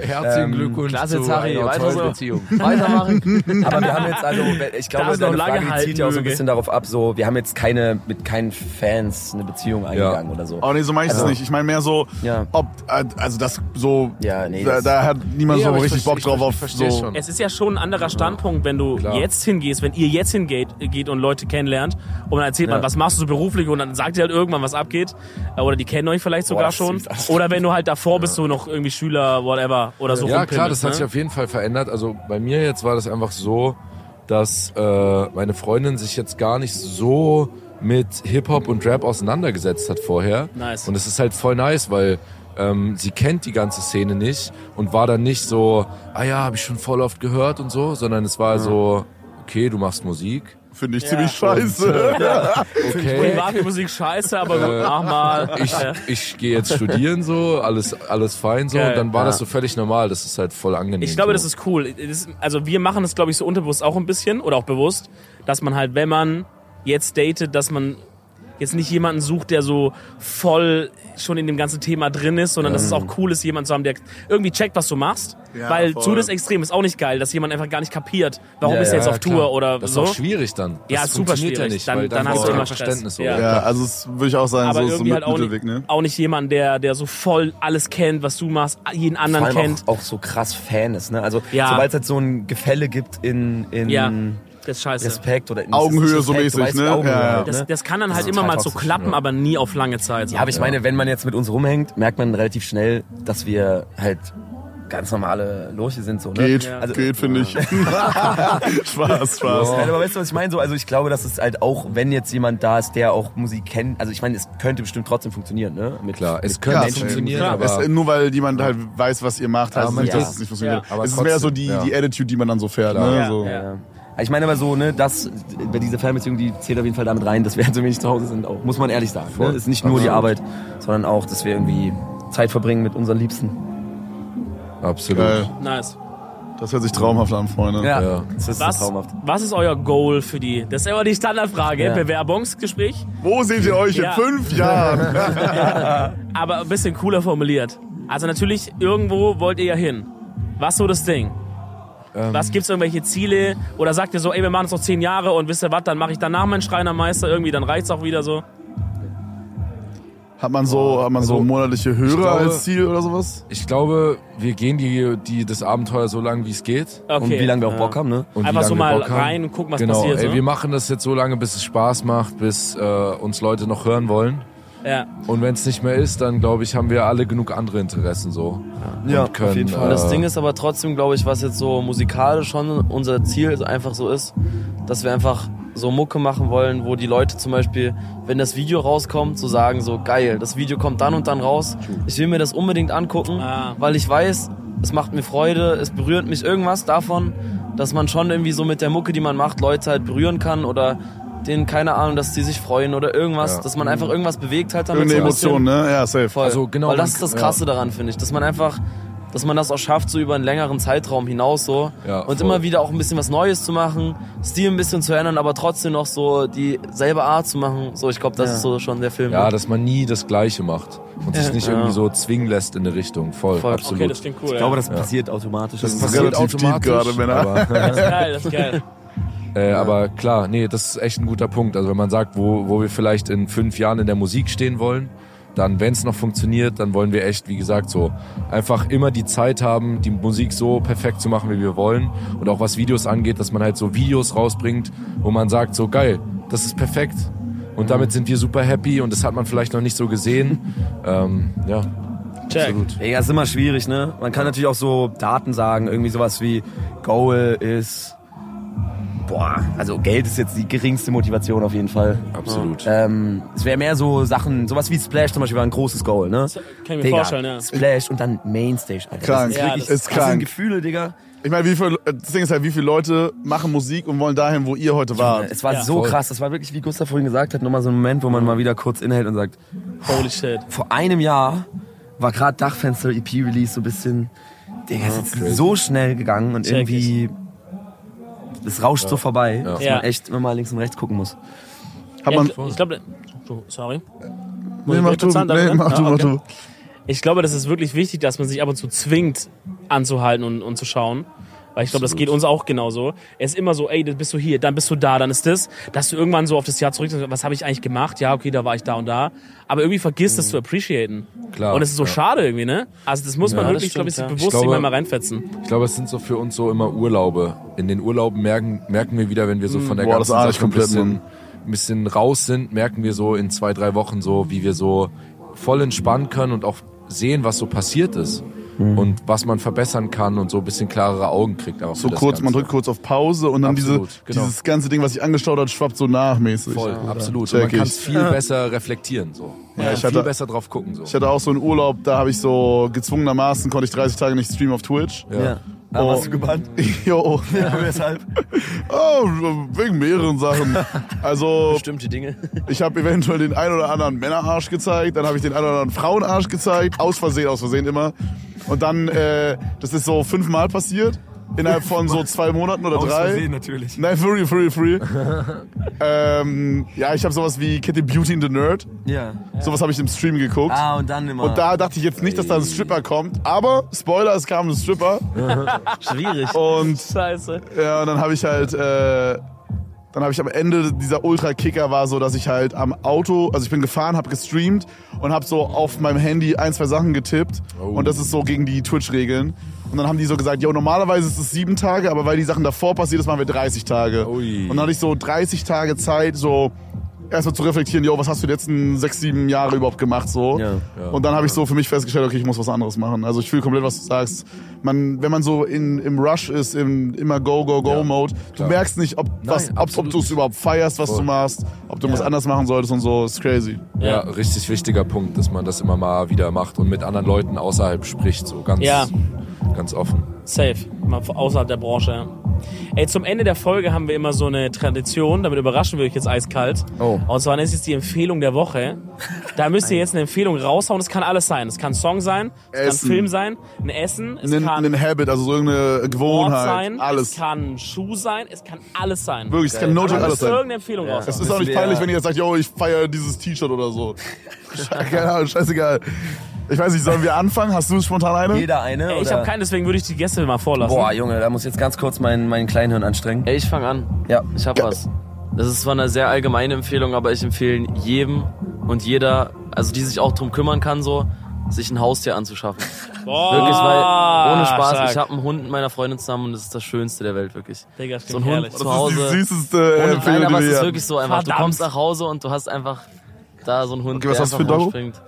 E: herzlichen
C: Ähm,
E: Glückwunsch
D: klasse,
E: zu
D: Zari,
E: einer
D: weiter
E: tollen
D: so.
E: Beziehung.
D: weitermachen.
C: Aber wir haben jetzt also, ich
B: Da
C: glaube,
B: ist noch
C: deine
B: lange
C: Frage zielt ja auch so ein
B: Haltenmöge.
C: bisschen darauf ab, so, wir haben jetzt keine, mit keinen Fans eine Beziehung eingegangen oder so.
A: Oh nee, so meine ich es
C: Also-
A: nicht. Ich meine mehr so,
C: Ja.
A: ob, äh, also das so,
C: Ja, nee,
A: da,
C: das-
A: da hat niemand
E: Nee,
A: so
E: aber ich
A: richtig
E: versteh-
A: Bock drauf
E: ich
A: auf
E: versteh
A: so.
E: schon.
B: Es ist ja schon ein anderer Standpunkt, wenn du
E: Klar.
B: jetzt hingehst, wenn ihr jetzt hingeht geht und Leute kennenlernt und dann erzählt man, was machst du so beruflich und dann sagt ihr halt irgendwann, was abgeht. Äh, Oder die kennen euch vielleicht sogar
C: das
B: schon.
C: ist anstrengend.
B: Oder wenn du halt davor bist, du noch irgendwie Schüler, whatever, oder so
E: Ja,
B: rumpimpelst,
E: klar, das hat sich
B: ne?
E: auf jeden Fall verändert. Also bei mir jetzt war das einfach so, dass äh, meine Freundin sich jetzt gar nicht so mit Hip-Hop und Rap auseinandergesetzt hat vorher.
B: Nice.
E: Und es ist halt voll nice, weil ähm, sie kennt die ganze Szene nicht und war dann nicht so, ah ja, habe ich schon voll oft gehört und so, sondern es war so, okay, du machst Musik.
A: Finde ich
B: Ja.
A: ziemlich scheiße.
E: äh, Okay.
B: Privat Musik scheiße, aber
E: Äh.
B: gut, mach mal.
E: ich,
B: Ja.
E: ich gehe jetzt studieren so, alles, alles fein so.
B: Geil.
E: und dann war das so völlig normal. Das ist halt voll angenehm.
B: Ich glaube,
E: so.
B: das ist cool. Das ist- Also wir machen das, glaube ich, so unterbewusst auch ein bisschen oder auch bewusst, dass man halt, wenn man jetzt datet, dass man jetzt nicht jemanden sucht, der so voll schon in dem ganzen Thema drin ist, sondern dass es auch cool ist, jemanden zu haben, der irgendwie checkt, was du machst.
A: Ja,
B: Weil
A: voll.
B: zu das Extrem ist auch nicht geil, dass jemand einfach gar nicht kapiert, warum
C: Ja,
B: ist er jetzt
E: Ja,
B: auf Tour
E: klar.
B: oder
E: das
B: so.
E: ist auch schwierig dann.
B: Ja,
E: das
B: super
E: funktioniert
B: schwierig.
E: Ja nicht,
B: Dann-
E: weil
B: dann hast
E: brauchst
A: du
E: kein
B: immer Stress.
E: Verständnis. so.
B: Ja.
A: Ja, also es würde ich auch sagen,
B: aber
A: Also so ist so
B: irgendwie
A: mit
B: halt auch
A: Mittelweg,
B: nicht,
A: ne?
B: auch nicht jemand, der, der so voll alles kennt, was du machst, jeden anderen
C: Vor allem
B: kennt.
C: auch, auch so krass Fan ist, ne? Also,
B: Ja.
C: sobald es halt so ein Gefälle gibt in, in
B: Ja, das ist scheiße.
C: Respekt oder in
A: Augenhöhe
C: Respekt,
A: so mäßig,
C: du weißt,
A: ne?
C: Augenhöhe,
A: Ja, ja.
C: ne?
B: Das, das kann dann halt
C: ist
B: immer
C: total
B: mal so
C: toxisch,
B: klappen, aber nie auf lange Zeit. So.
C: Ja, aber ich meine, wenn man jetzt mit uns rumhängt, merkt man relativ schnell, dass wir halt ganz normale Lurche sind. So, ne?
A: Geht,
B: Ja.
C: Also-
A: geht, finde ich. Spaß, Spaß.
C: Nein, aber weißt du, was ich meine? So, also ich glaube, dass es halt auch, wenn jetzt jemand da ist, der auch Musik kennt, also ich meine, es könnte bestimmt trotzdem funktionieren, ne? Mit,
E: Klar, es
C: mit
E: könnte
C: Menschen,
E: funktionieren,
C: die-
E: aber-
A: es, nur weil jemand halt weiß, was ihr macht, heißt
E: Aber
A: es
E: man
A: nicht,
C: ja.
A: dass es nicht funktioniert.
B: Ja.
E: Aber
A: es ist mehr so
E: trotzdem,
A: die,
E: ja.
A: die Attitude, die man dann so fährt.
E: Klar.
A: Ne?
B: Ja,
A: so.
B: ja.
C: Ja. Ich meine aber so, ne, das, bei dieser Fernbeziehung, die zählt auf jeden Fall damit rein, dass wir halt so wenig zu Hause sind auch. Muss man ehrlich sagen. Ne?
E: Voll. Also-
C: Ist nicht nur die
E: Absolut.
C: Arbeit, sondern auch, dass wir irgendwie Zeit verbringen mit unseren Liebsten.
E: Absolut.
A: Geil.
B: nice.
A: Äh, Das hört sich traumhaft an, Freunde.
E: Ja.
C: Das ist so
B: Was,
C: traumhaft.
B: was ist euer Goal für die? Das ist immer die Standardfrage,
C: Ja.
B: Bewerbungsgespräch,
A: Wo seht ihr euch
B: Ja.
A: in fünf Jahren?
B: aber ein bisschen cooler formuliert. Also natürlich, irgendwo wollt ihr ja hin. Was so das Ding?
C: Ähm.
B: was gibt's irgendwelche Ziele? Oder sagt ihr so, ey, wir machen es noch zehn Jahre und wisst ihr was, dann mache ich danach meinen Schreinermeister, irgendwie, dann reicht's auch wieder so.
A: Hat man so, hat man so
E: Also,
A: monatliche Hörer
E: glaube-
A: als Ziel oder sowas?
E: Ich glaube, wir gehen die, die, das Abenteuer so lange, wie es geht.
B: Okay.
C: Und wie lange wir auch Bock haben, ne?
E: Und wie
B: Äh, Einfach
E: lange
B: so
E: wir
B: mal
E: Bock haben.
B: rein und gucken, was
E: genau,
B: passiert,
E: Ey,
B: ne?
E: Wir machen das jetzt so lange, bis es Spaß macht, bis äh, uns Leute noch hören wollen.
B: Ja.
E: Und wenn es nicht mehr ist, dann glaube ich, haben wir alle genug andere Interessen so.
C: Ja,
E: können,
C: auf jeden
E: äh,
C: Fall.
D: Das Ding ist aber trotzdem, glaube ich, was jetzt so musikalisch schon unser Ziel einfach so ist, dass wir einfach so Mucke machen wollen, wo die Leute zum Beispiel, wenn das Video rauskommt, so sagen so, geil, das Video kommt dann und dann raus, ich will mir das unbedingt angucken,
B: Ah.
D: weil ich weiß, es macht mir Freude, es berührt mich irgendwas davon, dass man schon irgendwie so mit der Mucke, die man macht, Leute halt berühren kann oder denen, keine Ahnung, dass die sich freuen oder irgendwas,
E: Ja.
D: dass man einfach irgendwas bewegt hat damit.
A: Irgendeine
D: so ein bisschen.
A: Emotion, ne? Ja, safe.
D: Voll.
E: Also
D: Also
E: genau,
D: genau. Weil das
E: man-
D: ist das
E: ja.
D: Krasse daran, finde ich. Dass man einfach, dass man das auch schafft, so über einen längeren Zeitraum hinaus so.
E: Ja,
D: und
E: voll.
D: immer wieder auch ein bisschen was Neues zu machen, Stil ein bisschen zu ändern, aber trotzdem noch so dieselbe Art zu machen. So, ich glaube, das ist so schon der Film.
E: Ja, dass man nie das Gleiche macht und sich nicht
D: Ja.
E: irgendwie so zwingen lässt in eine Richtung. Voll,
D: Voll.
E: absolut.
B: Okay, das klingt cool.
C: Ich glaube, das passiert automatisch.
A: Das
C: irgendwie.
A: ist relativ deep gerade, Männer.
E: aber,
B: das ist geil, das ist geil.
E: äh, aber klar, nee, das ist echt ein guter Punkt. Also wenn man sagt, wo, wo wir vielleicht in fünf Jahren in der Musik stehen wollen, dann, wenn es noch funktioniert, dann wollen wir echt, wie gesagt, so einfach immer die Zeit haben, die Musik so perfekt zu machen, wie wir wollen. Und auch was Videos angeht, dass man halt so Videos rausbringt, wo man sagt, so geil, das ist perfekt. Und damit sind wir super happy und das hat man vielleicht noch nicht so gesehen. ähm, ja,
B: Check.
C: Ey, ja, ist immer schwierig, ne? Man kann natürlich auch so Daten sagen, irgendwie sowas wie Goal ist. Boah, also Geld ist jetzt die geringste Motivation auf jeden Fall.
E: absolut.
C: Ähm, es wäre mehr so Sachen, sowas wie Splash zum Beispiel war ein großes Goal, ne?
B: Kann ich mir vorstellen, ja.
C: Splash und dann Mainstage, Alter.
A: Krank.
C: Das ist,
B: Ja,
C: wirklich,
B: das-
A: Ist
C: das sind
A: krank.
C: Gefühle, Digga.
A: Ich meine, wie viel, das Ding ist halt, wie viele Leute machen Musik und wollen dahin, wo ihr heute wart.
C: Es war
B: Ja.
C: so
E: Voll.
C: krass. Das war wirklich, wie Gustav vorhin gesagt hat, nochmal so ein Moment, wo man mal wieder kurz innehält und sagt,
B: Holy shit.
C: vor einem Jahr war gerade Dachfenster EP Release so ein bisschen Digga, es ist jetzt so schnell gegangen und
B: Check
C: irgendwie es rauscht so vorbei, dass
B: Ja.
C: man echt immer mal links und rechts gucken muss.
A: Hat
B: Ja,
A: man,
B: ich gl- ich glaube, sorry.
A: nee, mach du,
B: Interessant,
A: nee,
B: oder?
A: mach du,
B: Ah,
A: mach
B: okay.
A: du.
B: Ich glaube, das ist wirklich wichtig, dass man sich ab und zu zwingt, anzuhalten und, und zu schauen. Weil ich glaube, das geht uns auch genauso. Es ist immer so, ey, dann bist du hier, dann bist du da, dann ist das, dass du irgendwann so auf das Jahr zurückdenkst, was habe ich eigentlich gemacht? Ja, okay, da war ich da und da. Aber irgendwie vergisst das zu appreciaten.
E: Mhm. Klar,
B: Und das ist so
E: ja.
B: schade irgendwie, ne? Also das muss man
E: Ja,
B: wirklich,
D: das
B: glaube ich, sich
D: stimmt, ja.
B: bewusst
E: Ich glaube-
B: immer mal reinfetzen.
E: Ich glaube, es sind so für uns so immer Urlaube. In den Urlauben merken, merken wir wieder, wenn wir so von der
A: Hm, Boah, das
E: ganzen
A: ahne ich
E: Sache ein
A: komplett,
E: bisschen,
A: Mann.
E: ein bisschen raus sind, merken wir so in zwei, drei Wochen so, wie wir so voll entspannen können und auch sehen, was so passiert ist.
A: Hm.
E: Und was man verbessern kann und so ein bisschen klarere Augen kriegt. Auch
A: So kurz, man drückt kurz auf Pause und dann diese,
E: Absolut, genau.
A: dieses ganze Ding, was sich angestaut hat, schwappt so nachmäßig.
E: Voll, absolut.
A: Check
E: Und man kann
A: ich.
E: es viel besser reflektieren. So. Man kann
A: ich
E: viel
A: hatte-
E: besser drauf gucken. So.
A: Ich hatte auch so einen Urlaub, da habe ich so gezwungenermaßen, konnte ich 30 Tage nicht streamen auf Twitch.
E: Ja.
C: Da
A: Oh.
C: Ah, warst du gebannt.
A: Jo,
C: Ja, weshalb?
A: oh, wegen mehreren Sachen. Also,
D: Bestimmte Dinge.
A: ich habe eventuell den ein oder anderen Männerarsch gezeigt, dann habe ich den ein oder anderen Frauenarsch gezeigt, aus Versehen, aus Versehen immer. Und dann, äh, das ist so fünfmal passiert, innerhalb von so zwei Monaten oder
C: Aus
A: drei.
C: Versehen natürlich.
A: Nein, for real, for real, for real. ähm, ja, ich habe sowas wie Kitty Beauty and the Nerd.
C: Ja.
A: Sowas habe ich im Stream geguckt.
C: Ah, und dann immer.
A: Und da dachte ich jetzt nicht, dass da ein Stripper kommt. Aber, Spoiler, es kam ein Stripper.
D: Schwierig.
A: Und
B: Scheiße.
A: ja, und dann habe ich halt, äh, dann habe ich am Ende dieser Ultra-Kicker war so, dass ich halt am Auto, also ich bin gefahren, habe gestreamt und habe so auf meinem Handy ein, zwei Sachen getippt.
E: Oh.
A: Und das ist so gegen die Twitch-Regeln. Und dann haben die so gesagt, jo, normalerweise ist es sieben Tage, aber weil die Sachen davor passiert ist, machen wir 30 Tage.
E: Ui.
A: Und dann hatte ich so 30 Tage Zeit, so erstmal zu reflektieren, jo, was hast du die letzten sechs, sieben Jahre überhaupt gemacht, so.
C: Ja.
E: Ja.
A: Und dann habe ich so für mich festgestellt, okay, ich muss was anderes machen. Also ich fühle komplett, was du sagst. Man, wenn man so in, im Rush ist, im immer Go, Go,
E: Ja,
A: Go-Mode, du
E: klar.
A: merkst nicht, ob, was, ob, ob
E: absolut
A: du es überhaupt feierst, was
E: Voll.
A: du machst, ob du was anders machen solltest und so. Ist crazy.
E: Ja, richtig wichtiger Punkt, dass man das immer mal wieder macht und mit anderen Leuten außerhalb spricht. So ganz,
B: Ja.
E: ganz offen.
B: Safe. Mal außerhalb der Branche. ja. Ey, zum Ende der Folge haben wir immer so eine Tradition, damit überraschen wir euch jetzt eiskalt.
C: Oh.
B: Und zwar ist jetzt die Empfehlung der Woche. Da müsst ihr jetzt eine Empfehlung raushauen. Es kann alles sein. Es kann ein Song sein, es
A: Essen.
B: kann ein Film sein, ein Essen, es
A: Ein,
B: kann
A: ein
B: ein
A: Habit, also so irgendeine
B: Ort
A: Gewohnheit.
B: sein, es
A: alles.
B: kann ein Schuh sein, es kann alles sein.
A: Wirklich, es kann no joke
B: Da müsst
A: alles sein.
B: irgendeine Empfehlung
A: Es
B: raushauen.
A: ist auch nicht
C: Wissen wir-
A: peinlich, wenn ihr jetzt sagt, yo, ich feiere dieses T-Shirt oder so. Sche- Keine Ahnung, scheißegal. Ich weiß nicht, sollen wir anfangen? Hast du spontan eine?
C: Jeder eine.
B: Ey, ich
C: oder?
B: habe keinen, deswegen würde ich die Gäste mal vorlassen.
C: Boah, Junge, da muss ich jetzt ganz kurz meinen, meinen kleinen Hirn anstrengen.
D: Ey, ich fange an.
C: Ja.
D: Ich hab was. Das ist zwar eine sehr allgemeine Empfehlung, aber ich empfehle jedem und jeder also die sich auch drum kümmern kann, so sich ein Haustier anzuschaffen.
B: Boah,
D: Wirklich,
C: Ah,
D: weil ohne Spaß,
B: stark.
D: ich habe einen Hund mit meiner Freundin zusammen und das ist das Schönste der Welt, wirklich.
B: Digga, das
D: So ein
B: klingt
D: Hund
B: herrlich.
D: zu
A: Das ist
D: Hause.
A: die süßeste äh,
D: Ohne,
A: Empfehlung,
D: nein, aber es
A: die wir
D: ist
A: haben.
D: wirklich so einfach. Du
B: Verdammt.
D: kommst nach Hause und du hast einfach da so einen Hund,
A: Okay, was
D: der
A: hast du für ein
D: einfach
A: Doggo?
D: rumspringt.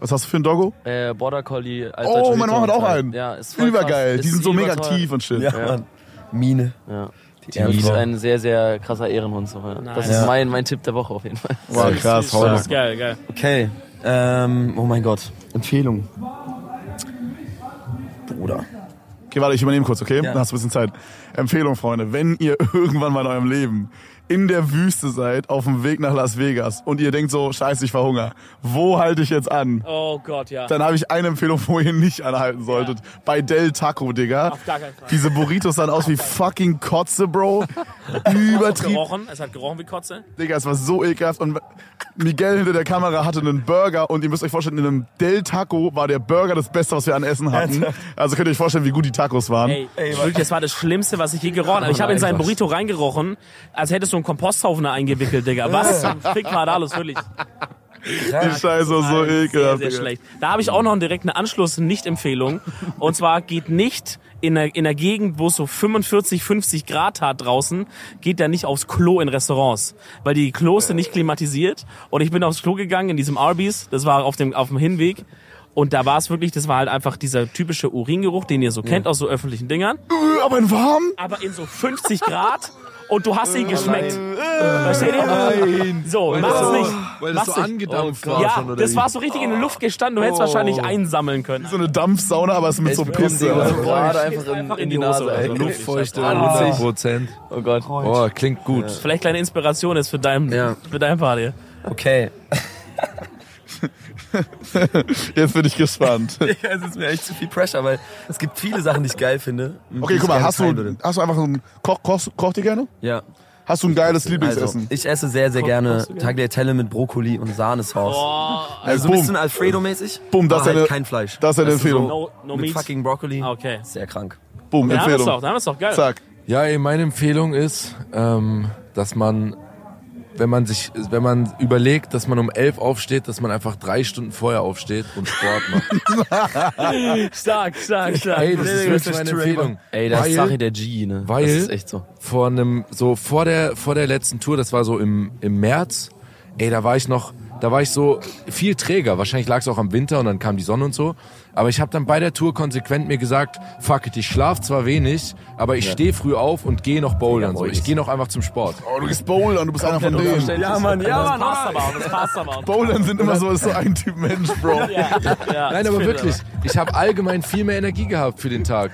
A: Was hast du für ein Doggo?
D: Äh, Border Collie, alter
A: Oh,
D: Chihuahua
A: meine Mama hat auch
D: und so.
A: einen.
D: Ja, ist voll
A: Übergeil.
D: krass.
A: Die
D: Ist
A: sind so mega
D: überteuer.
A: aktiv und shit.
C: Ja, Mann. Mine.
D: Ja.
C: Die
D: Die ist
C: Ehrenfrau.
D: ein sehr, sehr krasser Ehrenhund. So. Ja. Das ist
C: Ja.
D: mein, mein Tipp der Woche auf jeden Fall.
A: Wow, krass.
B: Das ist geil, geil.
C: Okay. Ähm, oh mein Gott. Empfehlung. Bruder.
A: Okay, warte, ich übernehme kurz, okay?
C: Ja.
A: Dann hast du ein bisschen Zeit. Empfehlung, Freunde, wenn ihr irgendwann mal in eurem Leben in der Wüste seid, auf dem Weg nach Las Vegas und ihr denkt so, scheiße, ich verhungere, wo halte ich jetzt an?
B: Oh Gott, ja.
A: Dann habe ich eine Empfehlung, wo ihr nicht anhalten solltet. Bei Del Taco, Digga.
B: Auf gar keinen Fall.
A: Diese Burritos sahen aus wie fucking Kotze, Bro. Übertrieben.
B: Gerochen, es hat gerochen wie Kotze.
A: Digga, es war so ekelhaft. Und Miguel hinter der Kamera hatte einen Burger und ihr müsst euch vorstellen, in einem Del Taco war der Burger das Beste, was wir an Essen hatten. Also könnt ihr euch vorstellen, wie gut die Tacos waren.
B: Ey, wirklich, das war das Schlimmste, was ich je gerochen habe. Ich habe in seinen Burrito reingerochen, als hättest du einen Komposthaufen da eingewickelt, Digga. Was zum Fick war da los, wirklich? Also,
A: Die Scheiße war so
B: sehr,
A: ekelhaft.
B: sehr
A: Digga.
B: schlecht. Da habe ich auch noch direkt eine Anschluss-Nicht-Empfehlung. Und zwar geht nicht in der, in der Gegend, wo es so 45, 50 Grad hat draußen, geht da nicht aufs Klo in Restaurants. Weil die Klos sind nicht klimatisiert. Und ich bin aufs Klo gegangen in diesem Arby's. Das war auf dem, auf dem Hinweg. Und da war es wirklich, das war halt einfach dieser typische Uringeruch, den ihr so kennt aus so öffentlichen Dingern.
A: Äh, Aber in warm?
B: Aber in so 50 Grad. Und du hast ihn geschmeckt. Äh, Versteht ihr? So, mach es nicht.
E: Weil
B: Mach's
E: das so
B: nicht.
E: angedampft war
B: Ja,
E: schon, oder
B: das
E: wie?
B: war so richtig in der Luft gestanden. Du hättest wahrscheinlich einsammeln können.
A: So eine Dampfsauna, aber es mit so Pisse.
D: Also gerade
B: Schießt
D: einfach in,
B: einfach
D: in die also Nase.
B: oder so.
D: ey.
E: Luftfeuchte, 100 Prozent.
D: Oh Gott.
E: Oh, klingt gut.
B: Vielleicht kleine Inspiration ist für dein,
D: Ja.
B: für dein Party.
C: Okay.
A: Jetzt bin ich gespannt.
C: Es ist mir echt zu viel Pressure, weil es gibt viele Sachen, die ich geil finde.
A: Okay, guck mal, hast du, hast du einfach so ein. Koch, kochst, kocht ihr gerne?
C: Ja.
A: Hast du ein geiles
C: Also,
A: Lieblingsessen?
C: ich esse sehr, sehr gerne Tagliatelle mit Brokkoli und Sahnesauce.
B: Oh.
C: also ein
A: Boom.
C: bisschen Alfredo-mäßig.
A: Bumm, das
C: aber
A: ist
C: halt
A: eine-
C: kein Fleisch.
A: das ist eine
C: Weißt du,
A: Empfehlung.
B: No- no
C: mit
B: meat.
C: fucking Brokkoli.
B: Ah, Okay.
C: Sehr krank.
A: Boom,
B: Dann haben wir es doch,
A: Empfehlung.
B: dann haben wir es doch, geil.
A: Zack.
E: Ja, ey, meine Empfehlung ist, ähm, dass man, wenn man sich, wenn man überlegt, dass man um elf aufsteht, dass man einfach drei Stunden vorher aufsteht und Sport macht.
B: Stark, stark, stark.
E: ey, das ist wirklich
C: Straight
E: meine Empfehlung.
D: Ey, das
E: Weil-
D: ist Sache der G, ne?
E: weil-
D: das ist echt so.
E: vor einem, so vor der, vor der letzten Tour, das war so im, im März, ey, da war ich noch, da war ich so viel träger. Wahrscheinlich lag es auch am Winter und dann kam die Sonne und so. Aber ich habe dann bei der Tour konsequent mir gesagt, fuck it, ich schlaf zwar wenig, aber ich stehe früh auf und gehe noch bouldern. So. Ich gehe noch einfach zum Sport.
A: Oh, du bist Bowlern, du bist einer von denen.
D: Ja, Mann, ja,
B: Das passt aber auch, das passt aber auch.
A: Bowlern sind immer so, ist so ein Typ Mensch, Bro.
B: Ja, ja,
E: Nein,
B: das
E: aber
B: stimmt
E: wirklich, ich habe allgemein viel mehr Energie gehabt für den Tag.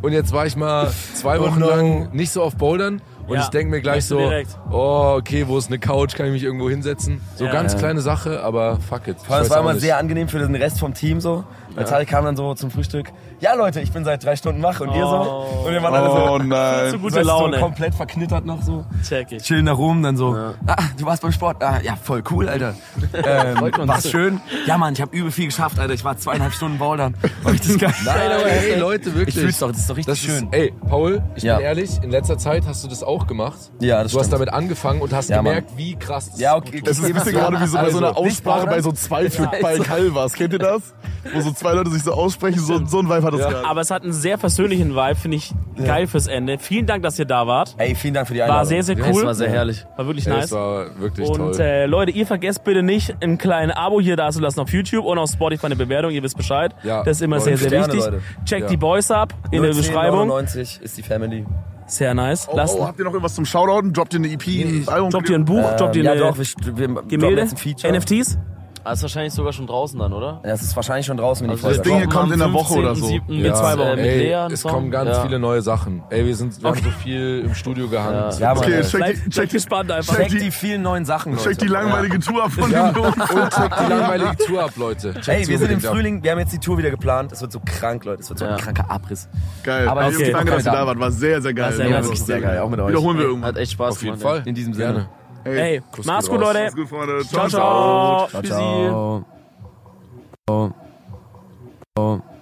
E: Und jetzt war ich mal zwei Wochen lang nicht so auf Bouldern und
B: Ja,
E: ich denke mir gleich
B: merkst du
E: so,
B: direkt.
E: oh, okay, wo ist eine Couch, kann ich mich irgendwo hinsetzen? So
B: Ja.
E: ganz
B: Ja.
E: kleine Sache, aber fuck it. Ich
C: Weil
E: weiß
C: es war
E: auch
C: immer
E: nicht.
C: sehr angenehm für den Rest vom Team so. Weil Tarek kam dann so zum Frühstück. Ja, Leute, ich bin seit drei Stunden wach und ihr so. Und wir waren alle so.
A: Oh
B: Zu
A: nein.
B: gute
C: weißt du, So
B: Laune.
C: komplett verknittert noch so.
B: Check ich.
C: Chillen nach oben, dann so. Ah, du warst beim Sport. Ah, ja, voll cool, Alter. Ähm, war's schön? Ja, Mann, ich habe übel viel geschafft, Alter. Ich war zweieinhalb Stunden bouldern. War richtig geil.
E: Nein, aber hey, Leute, wirklich.
C: Ich fühl's doch, das ist doch richtig
E: Das ist,
C: schön.
E: ey, Paul, ich
C: Ja.
E: bin ehrlich, in letzter Zeit hast du das auch gemacht.
C: Ja, das
E: Du hast
C: stimmt.
E: damit angefangen und hast
C: Ja, Mann.
E: gemerkt, wie krass das
C: Ja, okay.
A: Es ist ein bisschen gerade wie so bei so einer
E: Also,
A: Aussprache bei so zwei für bei Calvas. Kennt ihr das? Wo so zwei Leute sich so aussprechen, so, so ein Vibe hat das gerade.
B: Aber es hat einen sehr persönlichen Vibe, finde ich geil fürs Ende. Vielen Dank, dass ihr da wart.
C: Ey, vielen Dank für die Einladung.
B: War sehr, sehr
D: Das
B: cool.
D: war sehr herrlich.
B: War wirklich
E: Ey,
B: nice.
E: Es war wirklich
B: Und
E: toll.
B: äh, Leute, ihr vergesst bitte nicht, ein kleines Abo hier da zu lassen auf YouTube und auf Spotify eine Bewertung. Ihr wisst Bescheid.
E: Ja.
B: Das ist immer sehr,
E: Fünf
B: sehr
C: Sterne,
B: wichtig.
C: Leute.
B: Checkt
E: Ja.
B: die Boys ab in der
C: 10,
B: Beschreibung.
C: 99 ist die Family.
B: Sehr nice.
A: Oh,
B: Lasst,
A: oh, habt ihr noch irgendwas zum Shoutouten? Droppt ihr eine EP? ein Album?
B: droppt ihr ein Buch, droppt ihr
C: Ähm, ja,
B: eine
C: doch, wir, st- wir droppen
B: Gemälde,
C: jetzt ein Feature.
B: NFTs.
D: Ah, ist wahrscheinlich sogar schon draußen dann, oder?
C: Das ist wahrscheinlich schon draußen, wenn die
D: Also
C: Folge
A: das Ding hier
C: kommt.
A: kommt in
D: am
A: der Woche oder so.
D: 15.07.
E: Ja.
D: Mit, zwei Wochen. mit
E: Ey,
D: Lea einen
E: es
D: Song.
E: kommen ganz
D: ja.
E: viele neue Sachen. Ey, wir sind, wir haben so viel im Studio gehangen.
C: Ja, Mann,
A: Okay,
C: Leute.
A: check,
B: Bleibt
A: die-
B: bleibt
A: check, die-
B: gespannt einfach.
C: Checkt
A: check
C: die vielen neuen Sachen, Leute.
A: check die langweilige Tour ab von
E: Ja,
A: den Jungs.
E: und checkt die langweilige Tour ab, Leute. Checkt
C: Ey,
E: sie
C: wir sind im
E: unbedingt ab.
C: Frühling, wir haben jetzt die Tour wieder geplant. Es wird so krank, Leute. Es wird so ein
D: Ja.
C: kranker Abriss.
A: Geil.
C: Aber
A: Aber
C: okay,
A: danke, dass ihr da
C: okay.
A: wart. War sehr, sehr geil.
B: War sehr,
C: Ja,
B: Ja,
C: das
B: das
C: ist sehr geil, auch mit euch.
A: Wiederholen wir irgendwann.
D: Hat echt Spaß
E: Auf jeden
D: gemacht,
E: Fall.
C: In diesem Sinne.
E: Gerne.
B: Hey,
E: Kuss
B: mach's
E: geht
B: gut,
E: raus.
B: Leute.
A: Macht's gut, Freunde.
B: Ciao,
A: Ciao, ciao.
B: ciao.
C: Ciao,
B: Tschüssi.
C: ciao. Ciao.